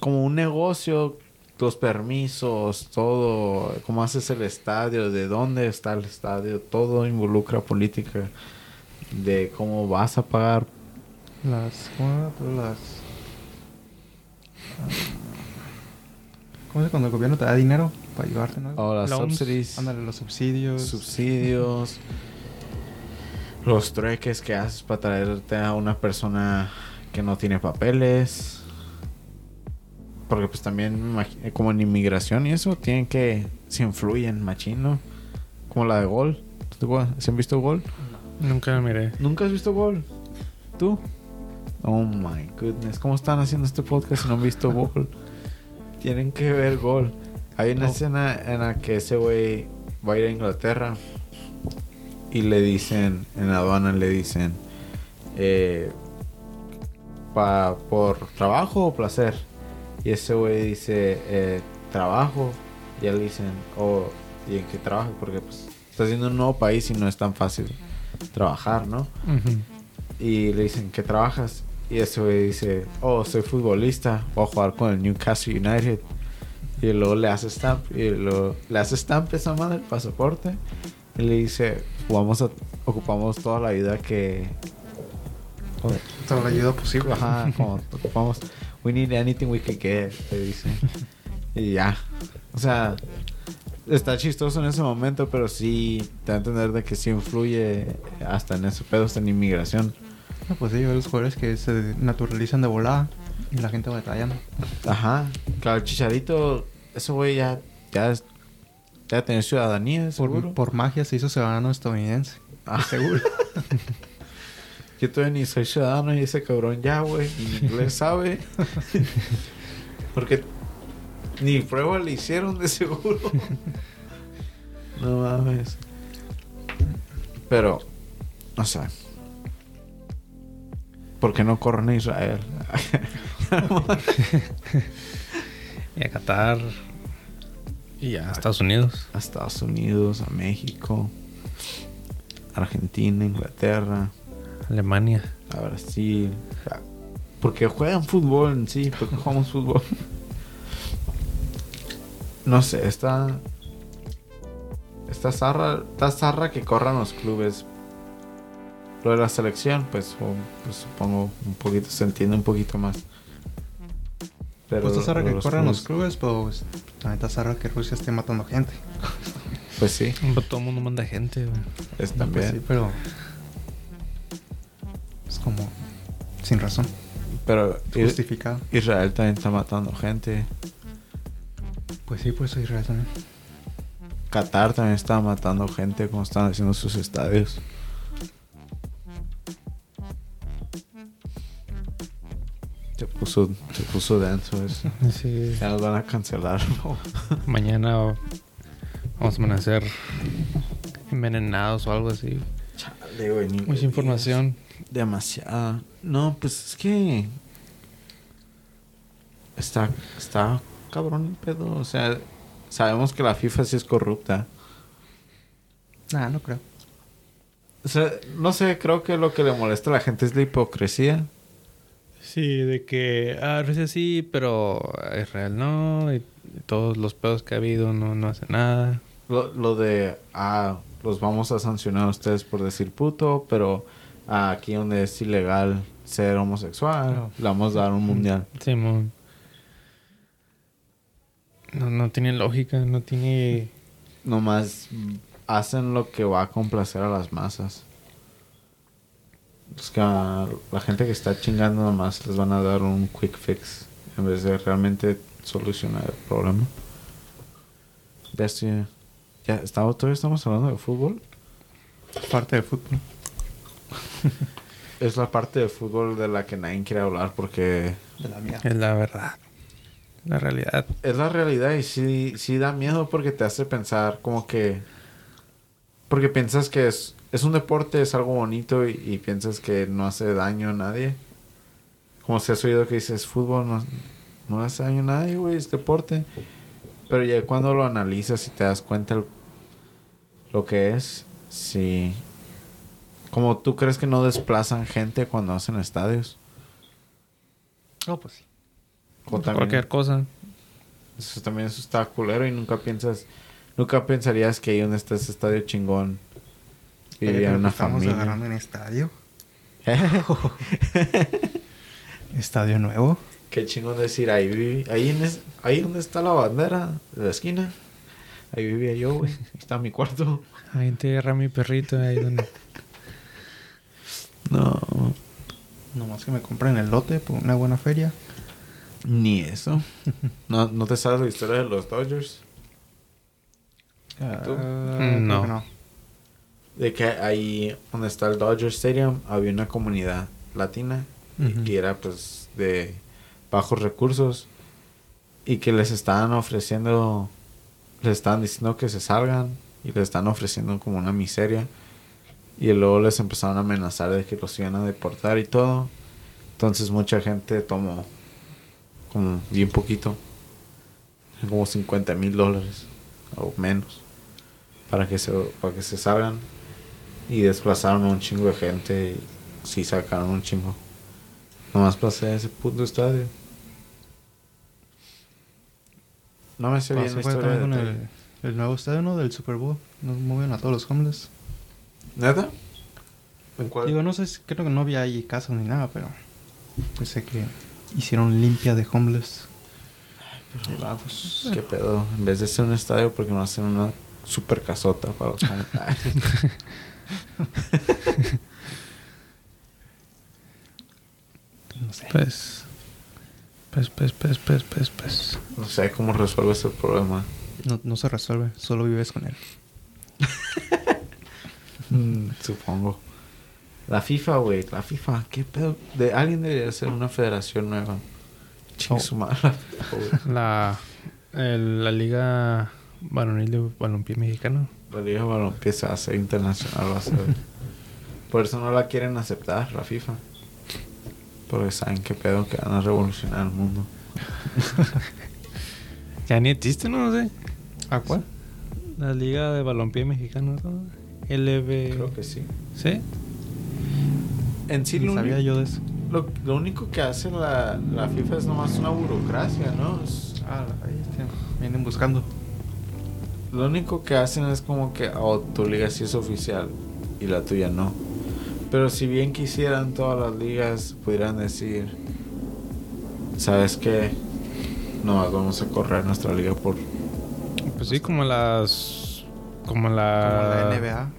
[SPEAKER 2] Como un negocio, los permisos, todo. ¿Cómo haces el estadio? ¿De dónde está el estadio? Todo involucra política. De cómo vas a pagar.
[SPEAKER 1] Las. ¿Cómo era? las. ah, ¿Cómo es cuando el gobierno te da dinero para ayudarte, no?
[SPEAKER 2] O las
[SPEAKER 3] Loans.
[SPEAKER 2] subsidies.
[SPEAKER 1] Ándale, los subsidios.
[SPEAKER 2] Subsidios. los trueques que haces para traerte a una persona que no tiene papeles. Porque pues también me imagi- como en inmigración y eso tienen que se influyen machino. Como la de Gol. ¿Tú te acuerdas? ¿Se han visto Gol?
[SPEAKER 3] Nunca la miré.
[SPEAKER 2] ¿Nunca has visto Gol? ¿Tú? Oh my goodness, ¿cómo están haciendo este podcast si no han visto Gol? Tienen que ver Gol. Hay una
[SPEAKER 1] No.
[SPEAKER 2] escena en la que ese güey va a ir a Inglaterra y le dicen, en la aduana le dicen, eh, pa- por trabajo o placer. Y ese güey dice, eh, trabajo. Y él dicen, oh, ¿y en qué trabajo? Porque pues estás yendo a un nuevo país y no es tan fácil trabajar, ¿no?
[SPEAKER 3] Ujú.
[SPEAKER 2] Y le dicen, ¿qué trabajas? Y ese güey dice, oh, soy futbolista, voy a jugar con el Newcastle United. Y luego le hace stamp, y luego le hace stamp esa madre, el pasaporte. Y le dice, vamos a, ocupamos toda la vida que...
[SPEAKER 1] Toda la ayuda posible.
[SPEAKER 2] Ajá, como ocupamos, we need anything we can get, le dice. Y ya. O sea, está chistoso en ese momento, pero sí, te da a entender de que sí influye hasta en ese pedo, hasta en inmigración.
[SPEAKER 1] No, pues sí, los jugadores que se naturalizan de volada y la gente batallando.
[SPEAKER 2] Ajá. Claro, el Chicharito, ese güey ya, ya, es- ya tiene ciudadanía, seguro.
[SPEAKER 1] Por, por magia se hizo ciudadano estadounidense.
[SPEAKER 2] Ah.
[SPEAKER 1] Seguro.
[SPEAKER 2] Yo todavía ni soy ciudadano y ese cabrón ya, güey, ni inglés sabe. Porque ni prueba le hicieron de seguro. no mames. Pero, o sea, ¿por qué no corren a Israel?
[SPEAKER 3] Y a Qatar. Y a Estados Unidos.
[SPEAKER 2] a Estados Unidos, a México, Argentina, Inglaterra,
[SPEAKER 3] Alemania.
[SPEAKER 2] a Brasil. a- Porque juegan fútbol en sí, porque jugamos fútbol. No sé, está. Está zarra, está zarra que corran los clubes. Lo de la selección, pues, o- pues, supongo un poquito, se entiende un poquito más. Pero
[SPEAKER 1] Pues está zarra
[SPEAKER 2] lo de
[SPEAKER 1] que corran los clubes, pero pues, también está zarra que Rusia esté matando gente.
[SPEAKER 2] Pues sí,
[SPEAKER 3] Pero todo el mundo manda gente, güey.
[SPEAKER 1] No, pues
[SPEAKER 2] es también.
[SPEAKER 1] sí, pero. Es como. Sin razón.
[SPEAKER 2] Pero
[SPEAKER 1] Justificado.
[SPEAKER 2] Israel también está matando gente.
[SPEAKER 1] Pues ¿eh? sí, por eso Israel también.
[SPEAKER 2] Qatar también está matando gente como están haciendo sus estadios. Se puso, se puso denso eso.
[SPEAKER 3] Sí.
[SPEAKER 2] Ya nos van a cancelar. ¿no?
[SPEAKER 3] Mañana vamos a amanecer envenenados o algo así.
[SPEAKER 2] Chale, güey, ni me
[SPEAKER 3] Mucha información.
[SPEAKER 2] digas. Demasiada. No, pues es que. Está, está cabrón el pedo. O sea, sabemos que la FIFA sí es corrupta.
[SPEAKER 1] Nah, no creo.
[SPEAKER 2] O sea, no sé, creo que lo que le molesta a la gente es la hipocresía.
[SPEAKER 3] Sí, de que ah, Rusia sí, pero Israel no. Y todos los pedos que ha habido no, no hace nada.
[SPEAKER 2] Lo, lo de, ah, los vamos a sancionar a ustedes por decir puto, pero ah, aquí donde es ilegal ser homosexual,
[SPEAKER 1] No.
[SPEAKER 2] le vamos a dar un mundial.
[SPEAKER 3] Simón. No, no tiene lógica, no tiene...
[SPEAKER 2] Nomás hacen lo que va a complacer a las masas. Es que a la gente que está chingando nomás les van a dar un quick fix en vez de realmente solucionar el problema. Ya estoy- Ya, estamos, todavía estamos hablando de fútbol.
[SPEAKER 1] Parte de fútbol.
[SPEAKER 2] Es la parte de fútbol de la que nadie quiere hablar porque
[SPEAKER 1] De la mierda.
[SPEAKER 3] Es la verdad. La realidad.
[SPEAKER 2] es la realidad y sí, sí da miedo porque te hace pensar como que... Porque piensas que es, es un deporte, es algo bonito y, y piensas que no hace daño a nadie. Como si has oído que dices, fútbol no, no hace daño a nadie, güey, es deporte. Pero ya cuando lo analizas y te das cuenta el- lo que es, sí... Como tú crees que no desplazan gente cuando hacen estadios.
[SPEAKER 1] No, pues sí.
[SPEAKER 2] O también-
[SPEAKER 3] Pues, Cualquier cosa.
[SPEAKER 2] Eso también eso está culero y nunca piensas, nunca pensarías que ahí donde está ese estadio chingón
[SPEAKER 1] Oye,
[SPEAKER 2] vivía
[SPEAKER 1] pero
[SPEAKER 2] una
[SPEAKER 1] que estamos agarrando
[SPEAKER 2] familia.
[SPEAKER 1] en estadio. Estadio nuevo.
[SPEAKER 2] Qué chingón decir, ahí viví, ahí, en es- ahí donde está la bandera de la esquina, ahí vivía yo, güey, ahí está mi cuarto.
[SPEAKER 3] Ahí entierra mi perrito. Ahí donde...
[SPEAKER 2] No,
[SPEAKER 1] Nomás que me compren el lote por una buena feria.
[SPEAKER 2] ni eso. ¿No, ¿No te sabes la historia de los Dodgers?
[SPEAKER 1] Ah,
[SPEAKER 2] ¿Tú?
[SPEAKER 1] eh, creo
[SPEAKER 3] No.
[SPEAKER 1] que
[SPEAKER 2] De que ahí donde está el Dodger Stadium había una comunidad latina
[SPEAKER 3] Ujú.
[SPEAKER 2] que era pues de bajos recursos y que les estaban ofreciendo, les estaban diciendo que se salgan y les estaban ofreciendo como una miseria y luego les empezaron a amenazar de que los iban a deportar y todo. Entonces mucha gente tomó como bien poquito, como 50 mil dólares o menos para que se para que se salgan y desplazaron a un chingo de gente y sí sacaron un chingo. Nomás pasé a ese puto estadio. No me sé bien
[SPEAKER 1] Pasó
[SPEAKER 2] la
[SPEAKER 1] fue
[SPEAKER 2] historia
[SPEAKER 1] también con
[SPEAKER 2] de
[SPEAKER 1] el, el nuevo estadio, ¿no? Del Super Bowl. Nos mueven a todos los homeless.
[SPEAKER 2] ¿Neta? ¿En cuál?
[SPEAKER 1] Digo, no sé, si- creo que no había ahí casos ni nada, pero... Pues sé que hicieron limpia de homeless.
[SPEAKER 2] Ah, pues, qué pedo. En vez de ser un estadio, porque no hacen una super casota para los homeless?
[SPEAKER 1] No sé.
[SPEAKER 3] Pues... Pues, pues, pues, pues, pues, pues.
[SPEAKER 2] No sé cómo resuelve ese problema.
[SPEAKER 1] No, no se resuelve, solo vives con él.
[SPEAKER 2] Mm, supongo. La FIFA, güey. La FIFA. ¿Qué pedo? De, alguien debería hacer una federación nueva.
[SPEAKER 1] Oh.
[SPEAKER 2] Chingue su madre, la FIFA, güey.
[SPEAKER 3] La... el- la Liga Varonil de Balompié Mexicano.
[SPEAKER 2] La Liga de Balompié se va a hacer internacional. Va a ser. Por eso no la quieren aceptar, la FIFA. Porque saben qué pedo que van a revolucionar el mundo.
[SPEAKER 3] Ya ni existe, ¿no? No sé.
[SPEAKER 1] ¿A cuál?
[SPEAKER 3] La Liga de Balompié Mexicano. ¿no? LB...
[SPEAKER 2] Creo que sí.
[SPEAKER 3] ¿Sí?
[SPEAKER 2] En sí,
[SPEAKER 1] Ni
[SPEAKER 2] lo
[SPEAKER 1] sabía
[SPEAKER 2] único-
[SPEAKER 1] yo de eso.
[SPEAKER 2] Lo, lo único que hace la, la FIFA es nomás una burocracia, ¿no? Es-
[SPEAKER 1] Ah, la- ahí están. Vienen buscando.
[SPEAKER 2] lo único que hacen es como que, oh, tu liga sí es oficial y la tuya no. Pero si bien quisieran todas las ligas, pudieran decir, ¿sabes qué? Nomás vamos a correr nuestra liga por...
[SPEAKER 3] Pues sí, como las... Como la...
[SPEAKER 1] Como la NBA,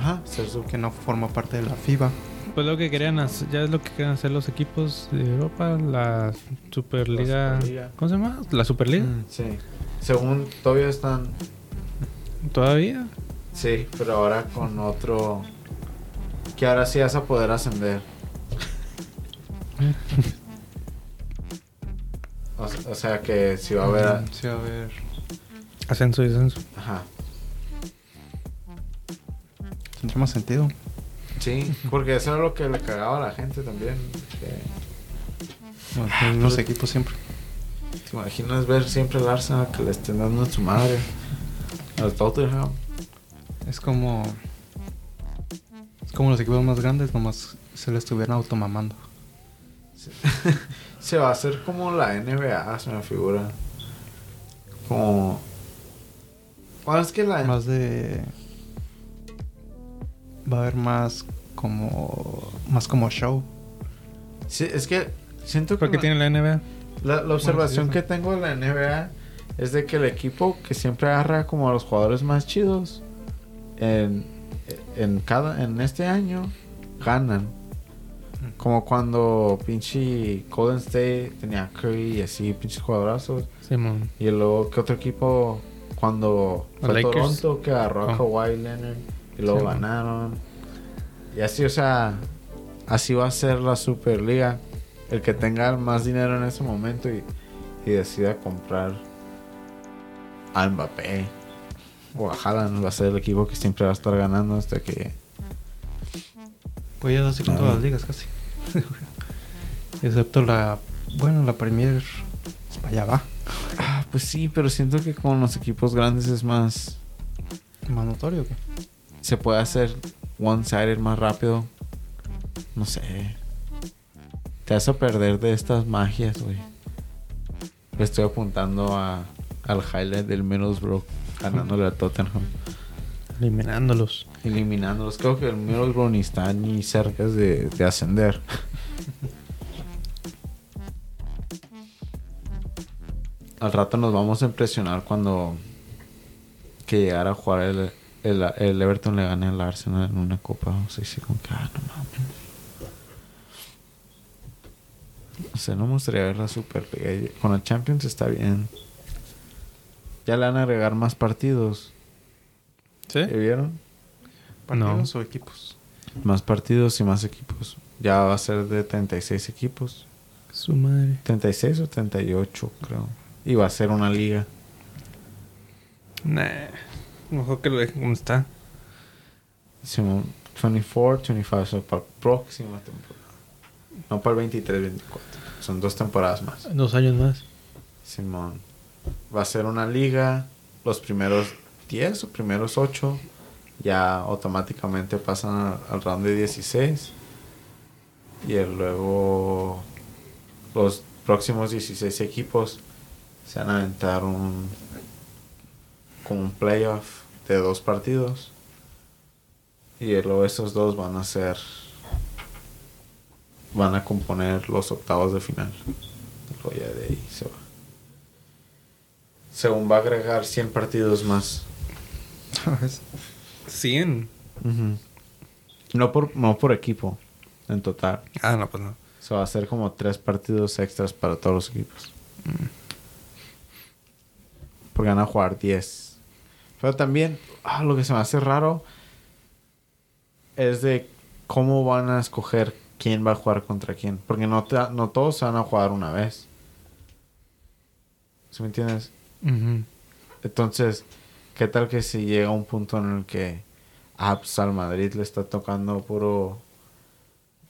[SPEAKER 2] Ajá, ser su-
[SPEAKER 1] que no forma parte de la FIBA.
[SPEAKER 3] Pues lo que querían hacer, ya es lo que querían hacer los equipos de Europa, la Superliga.
[SPEAKER 2] La Superliga.
[SPEAKER 3] ¿Cómo se llama? La Superliga.
[SPEAKER 1] Mm.
[SPEAKER 2] Sí. Según todavía están...
[SPEAKER 3] Mm. Todavía.
[SPEAKER 2] Sí, pero ahora con otro... Que ahora sí vas a poder ascender. O, o sea que si va a haber...
[SPEAKER 1] Sí, a ver.
[SPEAKER 3] Ascenso y ascenso.
[SPEAKER 2] Ajá.
[SPEAKER 1] Tendría más sentido.
[SPEAKER 2] Sí, porque eso era lo que le cagaba a la gente también. que-
[SPEAKER 1] Bueno, pues, los mismos equipos siempre.
[SPEAKER 2] ¿Te imaginas ver siempre el Arsenal que le estén dando a su madre? Al Tottenham.
[SPEAKER 1] Es como. Es como los equipos más grandes, nomás se le estuvieran automamando.
[SPEAKER 2] Se va a hacer como la NBA, se me figura. Como... Bueno, es que la...
[SPEAKER 1] Más de. Va a haber más como. Más como show.
[SPEAKER 2] Sí, es que siento que...
[SPEAKER 3] Porque
[SPEAKER 2] la-
[SPEAKER 3] tiene la NBA.
[SPEAKER 2] La, la observación
[SPEAKER 1] sí,
[SPEAKER 2] que tengo de la NBA es de que el equipo que siempre agarra como a los jugadores más chidos en, en cada en este año ganan. Como cuando pinche Golden State tenía Curry y así, pinches jugadorazos.
[SPEAKER 3] Simón.
[SPEAKER 2] Y luego, ¿qué otro equipo? Cuando
[SPEAKER 3] Los
[SPEAKER 2] fue
[SPEAKER 3] Lakers.
[SPEAKER 2] Toronto que agarró a
[SPEAKER 3] Oh.
[SPEAKER 2] Kawhi Leonard y luego
[SPEAKER 3] Sí, man.
[SPEAKER 2] ganaron. Y así, o sea, así va a ser la Superliga. El que tenga más dinero en ese momento y, y decida comprar a Mbappé o a Haaland va a ser el equipo que siempre va a estar ganando hasta que...
[SPEAKER 1] Pues ya es así con
[SPEAKER 2] Ah.
[SPEAKER 1] todas las ligas casi. Excepto la. Bueno, la Premier. pues, Para allá va.
[SPEAKER 2] Ah, pues sí, pero siento que con los equipos grandes es más...
[SPEAKER 1] Más notorio que.
[SPEAKER 2] se puede hacer one-sided más rápido. No sé. Te vas a perder de estas magias, güey. Le estoy apuntando a, al highlight del Middlesbrough ganándole a Tottenham.
[SPEAKER 3] Eliminándolos.
[SPEAKER 2] Eliminándolos. Creo que el Middlesbrough ni está ni cerca de, de ascender. Al rato nos vamos a impresionar cuando que llegara a jugar el, el, el Everton le gane al Arsenal en una copa. O sea, sí, como que, ah, no mames. O sea, no me gustaría ver la Superliga. Y Con la Champions está bien. Ya le van a agregar más partidos.
[SPEAKER 3] ¿Sí?
[SPEAKER 2] ¿Ya vieron?
[SPEAKER 1] ¿Partidos o equipos?
[SPEAKER 2] Más partidos y más equipos. Ya va a ser de 36 equipos.
[SPEAKER 3] Su madre.
[SPEAKER 2] 36 o 38, creo. Y va a ser una liga.
[SPEAKER 3] Nah. Mejor que lo dejen como está.
[SPEAKER 2] Simón, 24, 25, o sea, para la próxima temporada. No para el 23, 24. Son dos temporadas más.
[SPEAKER 3] Dos años más.
[SPEAKER 2] Simón, va a ser una liga. Los primeros 10 o primeros 8 ya automáticamente pasan al, al round de 16. Y el- luego los próximos 16 equipos se van a aventar un, como un playoff de dos partidos. Y luego esos dos van a ser. Van a componer los octavos de final. Luego ya de ahí se va. Según va a agregar 100 partidos más.
[SPEAKER 1] ¿Sabes?
[SPEAKER 3] 100.
[SPEAKER 2] no, por, no por equipo, en total.
[SPEAKER 3] Ah, no, pues no.
[SPEAKER 2] Se va a hacer como tres partidos extras para todos los equipos. Mm. Porque van a jugar 10. Pero también, ah, lo que se me hace raro es de cómo van a escoger quién va a jugar contra quién. Porque no, ta- no todos se van a jugar una vez. ¿Sí me entiendes?
[SPEAKER 3] Ujú.
[SPEAKER 2] Entonces, ¿qué tal que si llega un punto en el que ah, pues, al Madrid le está tocando puro...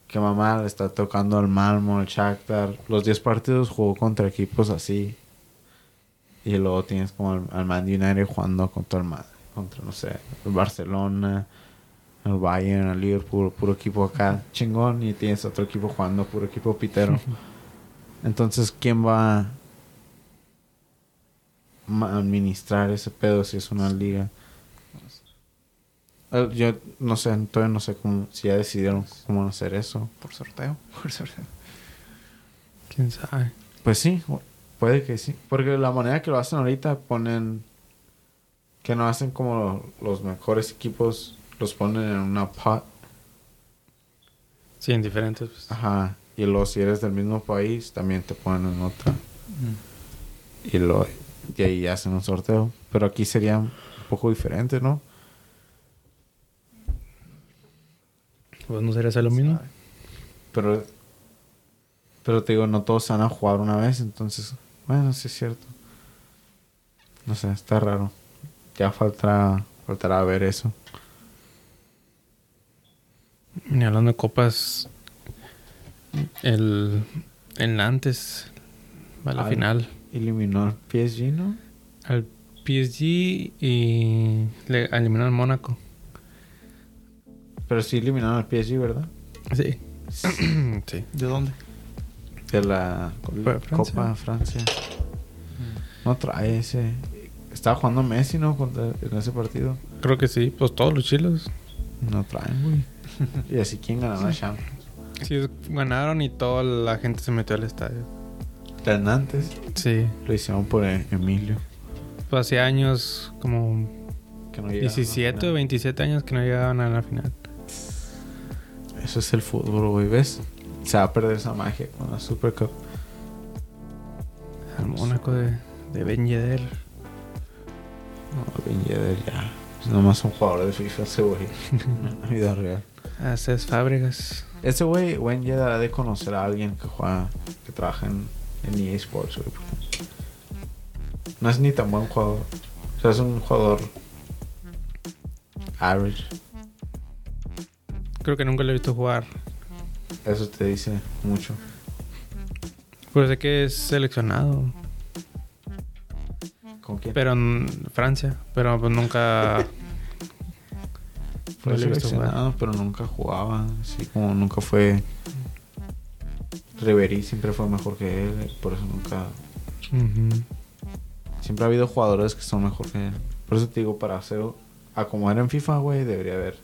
[SPEAKER 2] Que mamá le está tocando al Malmo, al Shakhtar. Los 10 partidos jugó contra equipos así. Y luego tienes como al, al Man United jugando contra el Ma- contra, no sé, el Barcelona, el Bayern, el Liverpool, puro equipo acá, chingón. Y tienes otro equipo jugando, puro equipo pitero. Entonces, ¿quién va ma- administrar ese pedo si es una liga. Eh, Yo no sé, todavía no sé cómo, si ya decidieron cómo hacer eso.
[SPEAKER 1] Por sorteo. Por sorteo.
[SPEAKER 3] ¿Quién sabe?
[SPEAKER 2] Pues sí, o- puede que sí. Porque la manera que lo hacen ahorita ponen que no hacen como los mejores equipos, los ponen en una pot.
[SPEAKER 3] Sí, en diferentes. Pues.
[SPEAKER 2] Ajá. Y luego si eres del mismo país, también te ponen en otra. Y lo y ahí hacen un sorteo. Pero aquí sería un poco diferente, ¿no?
[SPEAKER 3] Pues no sería hacer lo mismo.
[SPEAKER 2] Pero, pero te digo, no todos se van a jugar una vez, entonces, bueno, sí es cierto. No sé, está raro. Ya faltará, faltará ver eso.
[SPEAKER 3] Y hablando de copas, el, el Nantes va a la
[SPEAKER 2] Al-
[SPEAKER 3] final.
[SPEAKER 2] Eliminó al PSG, ¿no?
[SPEAKER 3] Al PSG y le eliminó al Mónaco.
[SPEAKER 2] Pero sí eliminaron al PSG, ¿verdad?
[SPEAKER 3] Sí. sí.
[SPEAKER 1] ¿De dónde?
[SPEAKER 2] De la
[SPEAKER 3] Copa de Francia.
[SPEAKER 2] Copa de Francia. Mm. No trae ese. Estaba jugando Messi, ¿no? Contra- en ese partido.
[SPEAKER 3] Creo que sí, pues todos los chilos.
[SPEAKER 2] No traen, güey. y así, ¿quién ganará la Champions?
[SPEAKER 3] Sí, es- ganaron y toda la gente se metió al estadio.
[SPEAKER 2] Hernández.
[SPEAKER 3] Sí. Pues
[SPEAKER 2] Lo hicieron por eh, Emilio.
[SPEAKER 3] hace años, como
[SPEAKER 2] Que no llegaron a la
[SPEAKER 3] 17
[SPEAKER 2] final.
[SPEAKER 3] o 27 años que no llegaban a la final.
[SPEAKER 2] Eso es el fútbol, güey, ¿ves? Se va a perder esa magia con la Super Cup.
[SPEAKER 3] Al Mónaco de, de Ben Yedder.
[SPEAKER 2] No, Ben Yedder ya. Es nomás un jugador de FIFA ese güey. En la vida real.
[SPEAKER 3] A Cés Fábregas.
[SPEAKER 2] Ese güey, Ben Yedder, ha de conocer a alguien que juega, que trabaja en, en EA Sports, güey. porque No es ni tan buen jugador. O sea, es un jugador average.
[SPEAKER 3] Creo que nunca lo he visto jugar.
[SPEAKER 2] Eso te dice mucho.
[SPEAKER 3] Pero Pues sé que es seleccionado.
[SPEAKER 2] ¿Con quién?
[SPEAKER 3] Pero en Francia. Pero pues nunca.
[SPEAKER 2] Fue
[SPEAKER 3] no lo he visto jugar.
[SPEAKER 2] seleccionado, pero nunca jugaba. Así como nunca fue. Reverí siempre fue mejor que él, por eso nunca.
[SPEAKER 3] Ujú.
[SPEAKER 2] Siempre ha habido jugadores que son mejor que él. Por eso te digo, para hacer. A como era en FIFA, güey, debería haber.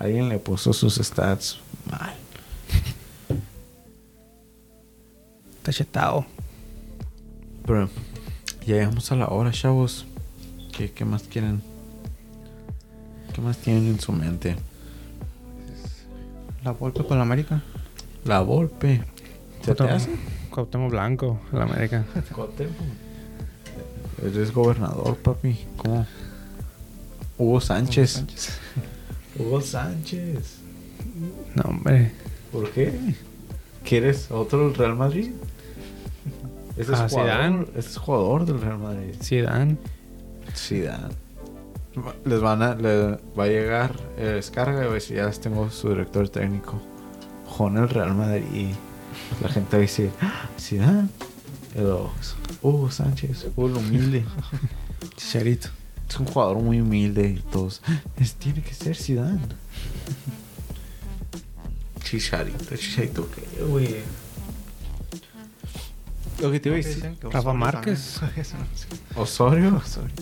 [SPEAKER 2] Alguien le puso sus stats mal.
[SPEAKER 3] Está chetado.
[SPEAKER 2] Pero ya llegamos a la hora, chavos. ¿Qué, qué más quieren? ¿Qué más tienen en su mente?
[SPEAKER 1] La golpe con la América.
[SPEAKER 2] La golpe. ¿Se te
[SPEAKER 3] Cuauhtémoc-
[SPEAKER 2] hace?
[SPEAKER 3] Cuauhtémoc Blanco, el América.
[SPEAKER 2] Eres gobernador, papi. ¿Cómo? Hugo Sánchez. Hugo Sánchez.
[SPEAKER 3] No, hombre.
[SPEAKER 2] ¿Por qué? ¿Quieres otro del Real Madrid? Ese es,
[SPEAKER 3] Ah, Zidane.
[SPEAKER 2] jugador, ese es jugador del Real Madrid.
[SPEAKER 3] Zidane.
[SPEAKER 2] Zidane. Va- Les van a, le va a llegar eh, descarga y va a decir, ya les tengo su director técnico. Con el Real Madrid. Y la gente va a decir, "Ah, Zidane. Y luego, Hugo Sánchez, Hugo el humilde.
[SPEAKER 1] Chicharito.
[SPEAKER 2] Es un jugador muy humilde y todos. "Es- tiene que ser Zidane. Chicharito, chicharito, ¿qué, güey? Lo que te iba a decir.
[SPEAKER 3] Rafa Márquez.
[SPEAKER 2] Osorio, Osorio.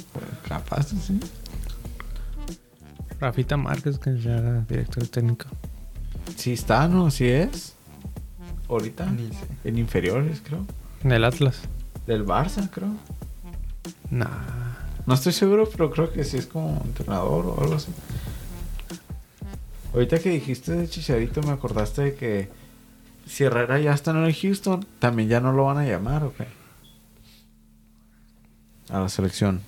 [SPEAKER 2] Capaz, sí.
[SPEAKER 3] Rafita Márquez, que ya era director técnico.
[SPEAKER 2] Sí está, ¿no? Sí es. Ahorita.
[SPEAKER 1] Ni sé.
[SPEAKER 2] En inferiores, creo.
[SPEAKER 3] Del Atlas.
[SPEAKER 2] Del Barça, creo.
[SPEAKER 3] Nah.
[SPEAKER 2] No estoy seguro, pero creo que sí es como entrenador o algo así. Ahorita que dijiste de Chicharito, me acordaste de que si Herrera ya está en el Houston, también ya no lo van a llamar, ¿o qué? A la selección.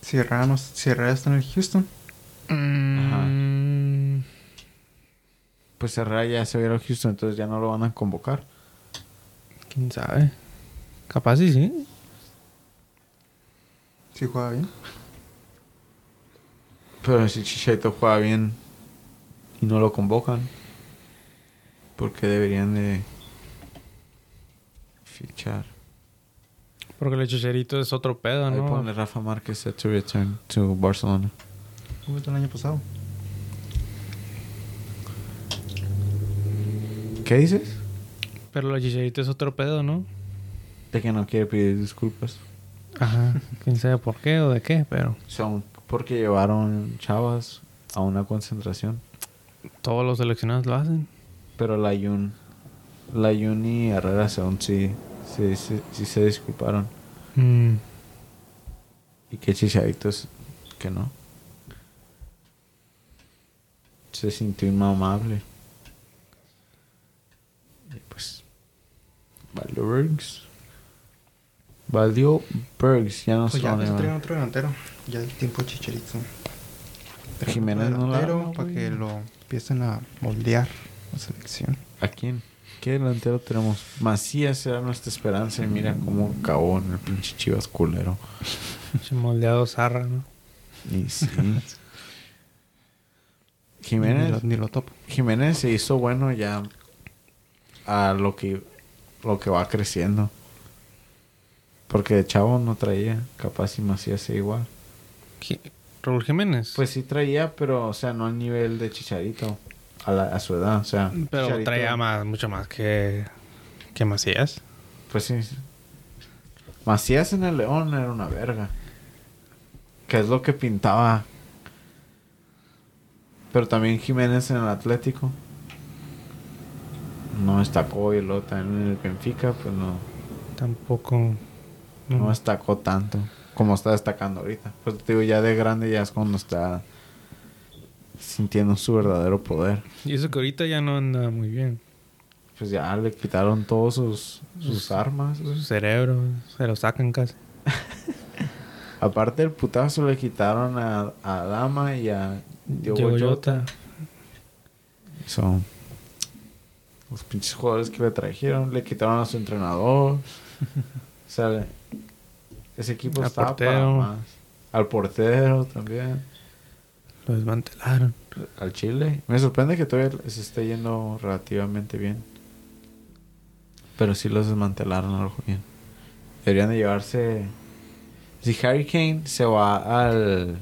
[SPEAKER 1] Si Herrera no- si Herrera está en el Houston.
[SPEAKER 3] Mm,
[SPEAKER 2] Pues Herrera ya se va a ir al Houston, entonces ya no lo van a convocar.
[SPEAKER 3] ¿Quién sabe? Capaz y sí.
[SPEAKER 1] Si juega bien.
[SPEAKER 2] Pero si Chicharito juega bien y no lo convocan, ¿por qué deberían de fichar?
[SPEAKER 3] Porque el chicharito es otro pedo,
[SPEAKER 2] Ahí
[SPEAKER 3] ¿no?
[SPEAKER 2] ponle Rafa Márquez set to return to Barcelona.
[SPEAKER 1] Jugó el año pasado.
[SPEAKER 2] ¿Qué dices?
[SPEAKER 3] Pero el chicharito es otro pedo, ¿no?
[SPEAKER 2] De que no quiere pedir disculpas.
[SPEAKER 3] Ajá. ¿Quién sabe por qué o de qué? Pero
[SPEAKER 2] Son porque llevaron chavas a una concentración.
[SPEAKER 3] todos los seleccionados lo hacen.
[SPEAKER 2] Pero la Yun, la Yun y Herrera Seón sí, sí, sí, sí se disculparon.
[SPEAKER 3] Mm,
[SPEAKER 2] Y que Chicharito es que no. Se sintió inmamable. Y pues. Valió Bergs. Valió Bergs. Ya no
[SPEAKER 1] Pues ya
[SPEAKER 2] son.
[SPEAKER 1] que se traigan otro delantero. Ya es tiempo de Chicharito.
[SPEAKER 2] Jiménez no la arma,
[SPEAKER 1] Para
[SPEAKER 2] güey.
[SPEAKER 1] que lo empiecen a moldear la selección.
[SPEAKER 2] ¿A quién? ¿Qué delantero tenemos? Macías era nuestra esperanza. Y mira cómo acabó en el pinche chivas culero.
[SPEAKER 3] pinche moldeado zarra, ¿no?
[SPEAKER 2] Y sí.
[SPEAKER 1] Ni
[SPEAKER 2] Jiménez.
[SPEAKER 1] lo, ni lo topo.
[SPEAKER 2] Jiménez se hizo bueno ya a lo que lo que va creciendo. Porque de chavo no traía, capaz y Macías sí igual.
[SPEAKER 3] ¿Qui- Raúl Jiménez.
[SPEAKER 2] Pues sí traía, pero o sea, no al nivel de Chicharito a, la- a su edad, o sea,
[SPEAKER 3] Pero
[SPEAKER 2] Chicharito-
[SPEAKER 3] traía más, mucho más que, que Macías.
[SPEAKER 2] Pues sí. Macías en el León era una verga. Que es lo que pintaba. Pero también Jiménez en el Atlético. No destacó y luego también en el Benfica, pues no.
[SPEAKER 3] Tampoco.
[SPEAKER 2] No destacó tanto como está destacando ahorita. Pues te digo, ya de grande ya es cuando está sintiendo su verdadero poder.
[SPEAKER 3] Y eso que ahorita ya no anda muy bien.
[SPEAKER 2] Pues ya le quitaron todos sus, sus armas.
[SPEAKER 3] Su cerebro se lo sacan casi.
[SPEAKER 2] Aparte del putazo le quitaron a, a Dama y a Diogo
[SPEAKER 3] Diego
[SPEAKER 2] Jota.
[SPEAKER 3] Jota.
[SPEAKER 2] Son los pinches jugadores que le trajeron. Le quitaron a su entrenador. o sea, le- ese equipo
[SPEAKER 3] Al
[SPEAKER 2] estaba para
[SPEAKER 3] portero.
[SPEAKER 2] más. Al portero también.
[SPEAKER 3] Lo desmantelaron.
[SPEAKER 2] Al Chile. Me sorprende que todavía se esté yendo relativamente bien. Pero sí los desmantelaron algo bien. Deberían de llevarse... Si Harry Kane se va al,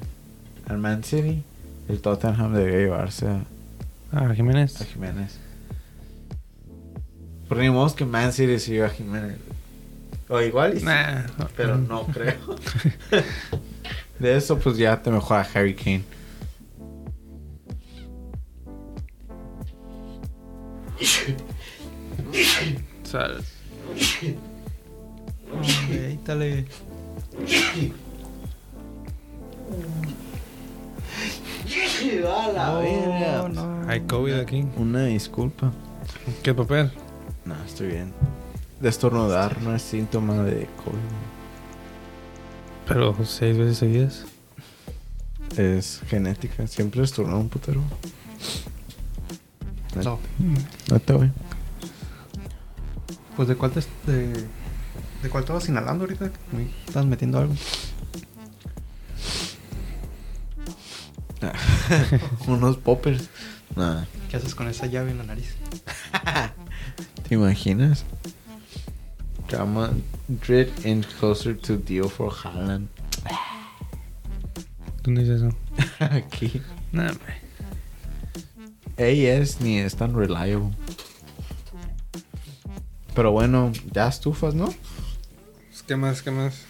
[SPEAKER 2] al Man City, el Tottenham debería llevarse a,
[SPEAKER 3] Ah,
[SPEAKER 2] a
[SPEAKER 3] Jiménez.
[SPEAKER 2] Jiménez. Por ni modo que Man City se lleva a Jiménez. O igual, y sí,
[SPEAKER 3] Nah,
[SPEAKER 2] pero no creo. De eso, pues ya te mejora Harry Kane.
[SPEAKER 3] Sal. Hombre, ahí dale.
[SPEAKER 2] la verga.
[SPEAKER 3] Hay COVID aquí.
[SPEAKER 2] Una disculpa.
[SPEAKER 3] ¿Qué papel?
[SPEAKER 2] No, estoy bien. Destornudar no es síntoma de COVID.
[SPEAKER 3] Pero seis veces seguidas.
[SPEAKER 2] Es genética. Siempre estornudo un putero.
[SPEAKER 1] No.
[SPEAKER 2] No te voy.
[SPEAKER 1] Pues de cuál te de, de cuál te vas inhalando ahorita? Uy, Estás metiendo algo.
[SPEAKER 2] Unos poppers. Nada.
[SPEAKER 1] ¿Qué haces con esa llave en la nariz?
[SPEAKER 2] ¿Te imaginas? Drama Dread and closer to deal for Haaland.
[SPEAKER 3] ¿Dónde dice eso?
[SPEAKER 2] Aquí.
[SPEAKER 3] Nah, hombre.
[SPEAKER 2] AS ni es tan reliable. Pero bueno, ya estufas, ¿no?
[SPEAKER 3] pues, ¿Qué más? ¿Qué más?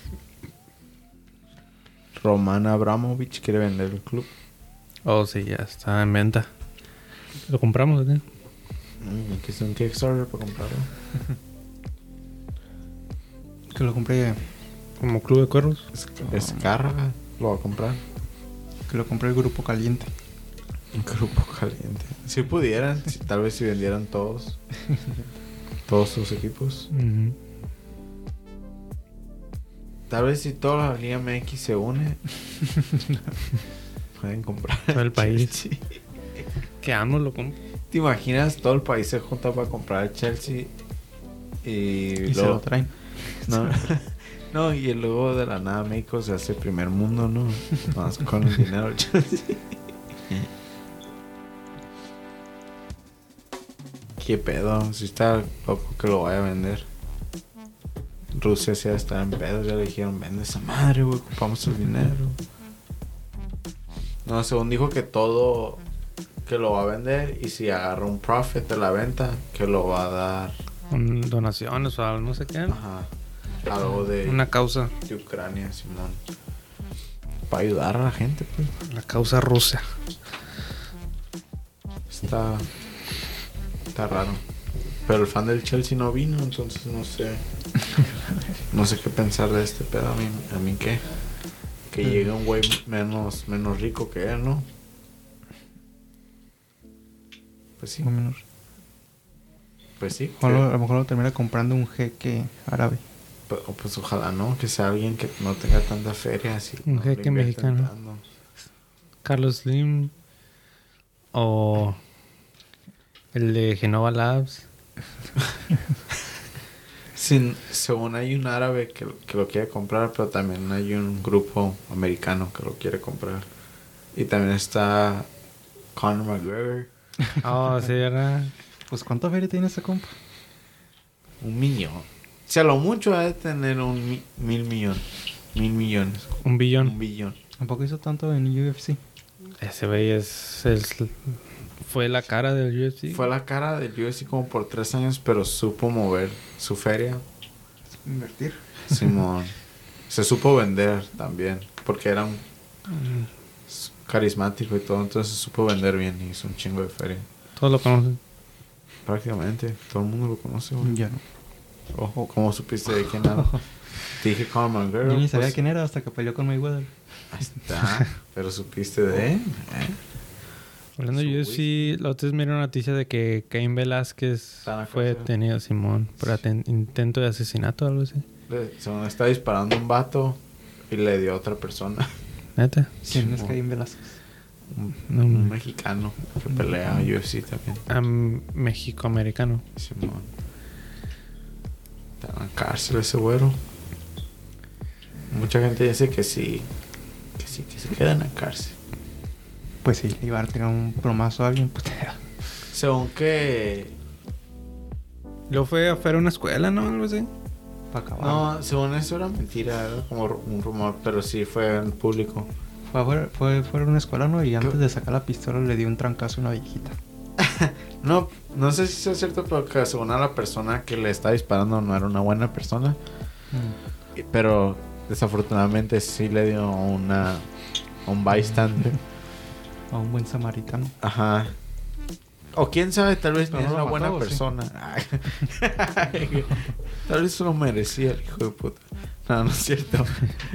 [SPEAKER 2] Roman Abramovich quiere vender el club.
[SPEAKER 3] Oh, sí, ya está en venta. ¿Lo compramos? ¿eh?
[SPEAKER 2] Mm, aquí está un Kickstarter para comprarlo.
[SPEAKER 1] Que lo compré
[SPEAKER 3] ¿Como club de cuervos?
[SPEAKER 2] Es, es carga, lo va a comprar.
[SPEAKER 1] que lo compré el grupo caliente.
[SPEAKER 2] Un grupo caliente. Si pudieran, si- tal vez si vendieran todos. todos sus equipos. Tal vez si toda la Liga MX se une. pueden comprar.
[SPEAKER 3] Todo el país. Que amo lo compro.
[SPEAKER 2] ¿Te imaginas? Todo el país se junta para comprar el Chelsea. Y,
[SPEAKER 1] Y se
[SPEAKER 2] luego-
[SPEAKER 1] lo traen.
[SPEAKER 2] No, no, y luego de la nada México se hace primer mundo, ¿no? Más con el dinero. ¿Qué pedo? Si está loco que lo vaya a vender. Rusia se está en pedo, ya le dijeron, vende esa madre, güey, ocupamos el dinero. No, según dijo que todo que lo va a vender y si agarra un profit de la venta, que lo va a dar
[SPEAKER 3] Con donaciones o algo, no sé qué.
[SPEAKER 2] ajá, algo de
[SPEAKER 3] Una causa.
[SPEAKER 2] de Ucrania, Simón. Para ayudar a la gente, pues.
[SPEAKER 3] La causa rusa.
[SPEAKER 2] Está. Está raro. Pero el fan del Chelsea no vino, entonces no sé. No sé qué pensar de este pedo. A mí, a mí qué. Que llegue un güey menos, menos rico que él, ¿no? Pues sí,
[SPEAKER 1] Más o menos.
[SPEAKER 2] pues sí.
[SPEAKER 1] O lo-
[SPEAKER 2] que-
[SPEAKER 1] a lo mejor lo termina comprando un jeque árabe.
[SPEAKER 2] Pero, pues ojalá no, que sea alguien que no tenga tanta feria así.
[SPEAKER 3] Un
[SPEAKER 2] no le
[SPEAKER 3] jeque
[SPEAKER 2] inviertan
[SPEAKER 3] mexicano.
[SPEAKER 2] tanto.
[SPEAKER 3] Carlos Slim. O. El de Genova Labs.
[SPEAKER 2] Sin, según hay un árabe que, que lo quiere comprar, pero también hay un grupo americano que lo quiere comprar. Y también está Conor McGregor,
[SPEAKER 3] Oh, sí, ¿verdad?
[SPEAKER 1] Pues ¿cuánta feria tiene ese compa?
[SPEAKER 2] un millón. Si a lo mucho ha de tener un mi- mil millón. Mil millones.
[SPEAKER 3] Un
[SPEAKER 2] Un
[SPEAKER 3] billón.
[SPEAKER 2] billón.
[SPEAKER 1] Tampoco hizo tanto en UFC.
[SPEAKER 3] Ese güey es, es- Fue la cara del UFC.
[SPEAKER 2] Fue la cara del UFC como por tres años, pero supo mover su feria.
[SPEAKER 1] Invertir.
[SPEAKER 2] Simón. Se supo vender también, porque era un
[SPEAKER 3] Mm,
[SPEAKER 2] s- carismático y todo, entonces se supo vender bien y hizo un chingo de feria.
[SPEAKER 3] Todos lo conocen.
[SPEAKER 2] Prácticamente, todo el mundo lo conoce, güey.
[SPEAKER 1] Ya no.
[SPEAKER 2] Ojo, ¿cómo supiste de quién habla? Te dije Conor McGregor.
[SPEAKER 1] Yo ni sabía
[SPEAKER 2] pues,
[SPEAKER 1] quién era hasta que peleó con Mayweather.
[SPEAKER 2] Ahí está. Pero supiste de él. ¿eh?
[SPEAKER 3] Hablando
[SPEAKER 2] Su
[SPEAKER 3] de UFC, la otra vez miré una noticia de que Cain Velázquez
[SPEAKER 2] Está en la
[SPEAKER 3] fue
[SPEAKER 2] cárcel.
[SPEAKER 3] detenido, Simón, por aten- intento de asesinato o algo así.
[SPEAKER 2] Le- Se me está disparando un vato y le dio a otra persona.
[SPEAKER 3] Neta.
[SPEAKER 1] ¿Quién es
[SPEAKER 2] Simón.
[SPEAKER 1] Caín Velázquez?
[SPEAKER 2] Un,
[SPEAKER 3] No,
[SPEAKER 2] un
[SPEAKER 3] me-
[SPEAKER 2] mexicano que pelea UFC también.
[SPEAKER 3] Am- México-americano.
[SPEAKER 2] Simón. Está en la cárcel ese güero. Mucha gente dice que sí. Que sí, que se queda en la cárcel.
[SPEAKER 1] Pues sí, le iba a tirar un promazo a alguien. Pues,
[SPEAKER 2] Según que.
[SPEAKER 3] Luego fue afuera a una escuela, ¿no? Algo así.
[SPEAKER 1] para acabar.
[SPEAKER 2] No, según eso era mentira, era como un rumor, pero sí fue en público.
[SPEAKER 1] Fue, afuera- fue, fue a una escuela, ¿no? Y antes
[SPEAKER 2] ¿Qué?
[SPEAKER 1] de sacar la pistola le dio un trancazo a una viejita.
[SPEAKER 2] No, no sé si sea cierto, pero que según a la persona que le está disparando no era una buena persona.
[SPEAKER 1] Mm.
[SPEAKER 2] Y- Pero desafortunadamente sí le dio una un bystander.
[SPEAKER 1] A un buen samaritano.
[SPEAKER 2] Ajá. O quién sabe, tal vez no
[SPEAKER 1] Pero
[SPEAKER 2] es
[SPEAKER 1] no
[SPEAKER 2] una
[SPEAKER 1] lo
[SPEAKER 2] buena
[SPEAKER 1] mató, ¿o sí?
[SPEAKER 2] persona. Ay. tal vez se lo merecía el hijo de puta. No, no es cierto.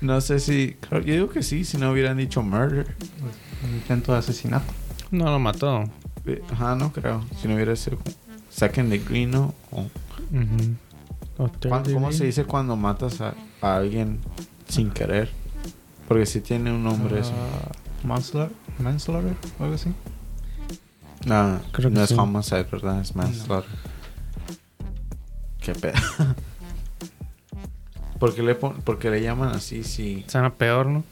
[SPEAKER 2] no sé si. creo- Yo digo que sí, si no hubieran dicho murder.
[SPEAKER 1] Pues, un intento de asesinato.
[SPEAKER 3] No lo mató.
[SPEAKER 2] Eh, Ajá, no creo. Si no hubiera sido como second degree, ¿no? O-
[SPEAKER 3] Ujú. O third
[SPEAKER 2] ¿Cuán- ¿Cómo
[SPEAKER 3] degree.
[SPEAKER 2] se dice cuando matas a, a alguien sin querer? Porque si tiene un nombre eso.
[SPEAKER 1] Ah, manslaughter, manslaughter o algo así.
[SPEAKER 2] No,
[SPEAKER 3] creo que
[SPEAKER 2] no es
[SPEAKER 3] sí.
[SPEAKER 2] homicide, ¿verdad? Es manslaughter. Qué pedo. ¿Por qué, le pon- por qué le llaman así si...
[SPEAKER 3] Suena peor, ¿no?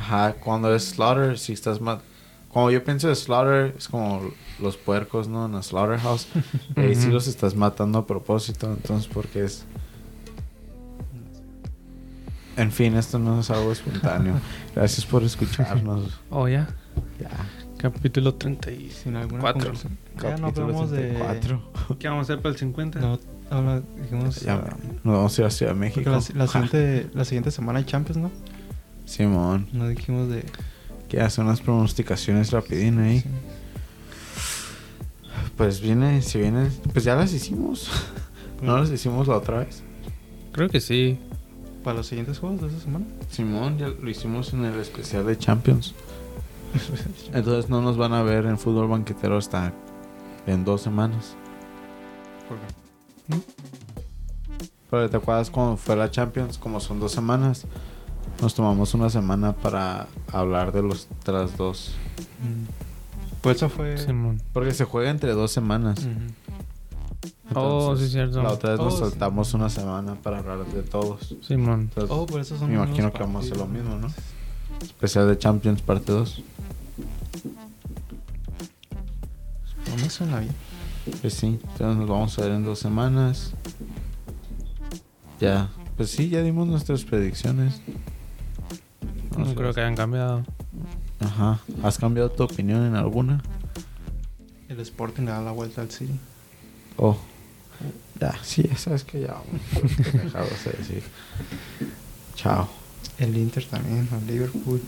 [SPEAKER 2] Ajá, cuando es slaughter, si estás matando... Cuando yo pienso de slaughter, es como los puercos, ¿no? En la slaughterhouse. Y ahí sí
[SPEAKER 3] Ujú.
[SPEAKER 2] los estás matando a propósito, entonces porque es... En fin, esto no es algo espontáneo. Gracias por escucharnos.
[SPEAKER 3] Oh, ya.
[SPEAKER 2] Ya.
[SPEAKER 3] Capítulo 36.
[SPEAKER 1] Sin alguna
[SPEAKER 3] Cuatro.
[SPEAKER 1] conclusión. Ya no
[SPEAKER 2] Capítulo
[SPEAKER 1] hablamos de.
[SPEAKER 2] 74.
[SPEAKER 3] ¿Qué vamos a hacer para el 50?
[SPEAKER 1] No, ahora dijimos.
[SPEAKER 2] Ya,
[SPEAKER 1] ah,
[SPEAKER 2] nos vamos a ir a Ciudad de
[SPEAKER 1] porque
[SPEAKER 2] México.
[SPEAKER 1] la, la
[SPEAKER 2] Ja.
[SPEAKER 1] siguiente, la siguiente semana hay Champions, ¿no?
[SPEAKER 2] Simón,
[SPEAKER 1] No dijimos de.
[SPEAKER 2] que hace unas pronosticaciones rapidín ahí.
[SPEAKER 1] sí.
[SPEAKER 2] Pues viene, si viene, pues ya las hicimos. ¿No las hicimos la otra vez?
[SPEAKER 3] Creo que sí.
[SPEAKER 1] Para los siguientes juegos de esta semana.
[SPEAKER 2] Simón, ya lo hicimos en el especial de Champions. Entonces no nos van a ver en fútbol banquetero hasta en dos semanas.
[SPEAKER 1] ¿Por qué?
[SPEAKER 2] Pero te acuerdas cuando fue la Champions, como son dos semanas, nos tomamos una semana para hablar de los tras dos.
[SPEAKER 1] Mm. Pues eso fue.
[SPEAKER 3] Simón.
[SPEAKER 2] Porque se juega entre dos semanas.
[SPEAKER 1] Ujú.
[SPEAKER 3] oh, sí,
[SPEAKER 2] Entonces,
[SPEAKER 3] es cierto.
[SPEAKER 2] La otra vez nos
[SPEAKER 1] Oh, sí.
[SPEAKER 2] saltamos una semana para hablar de todos.
[SPEAKER 3] Simón.
[SPEAKER 2] Entonces,
[SPEAKER 1] Oh, por eso son
[SPEAKER 2] me
[SPEAKER 1] los
[SPEAKER 2] imagino
[SPEAKER 1] mismos
[SPEAKER 2] que vamos a hacer lo
[SPEAKER 1] partidos.
[SPEAKER 2] mismo, ¿no? especial de Champions parte 2.
[SPEAKER 1] No me suena bien.
[SPEAKER 2] Pues sí, entonces nos vamos a ver en dos semanas. Ya, pues sí, ya dimos nuestras predicciones.
[SPEAKER 3] No creo que hayan cambiado.
[SPEAKER 2] Ajá. ¿Has cambiado tu opinión en alguna?
[SPEAKER 1] El Sporting le da la vuelta al City.
[SPEAKER 2] Oh. Ya, sí, ya sabes que ya. Dejados de decir. Chao.
[SPEAKER 1] El Inter también, al Liverpool.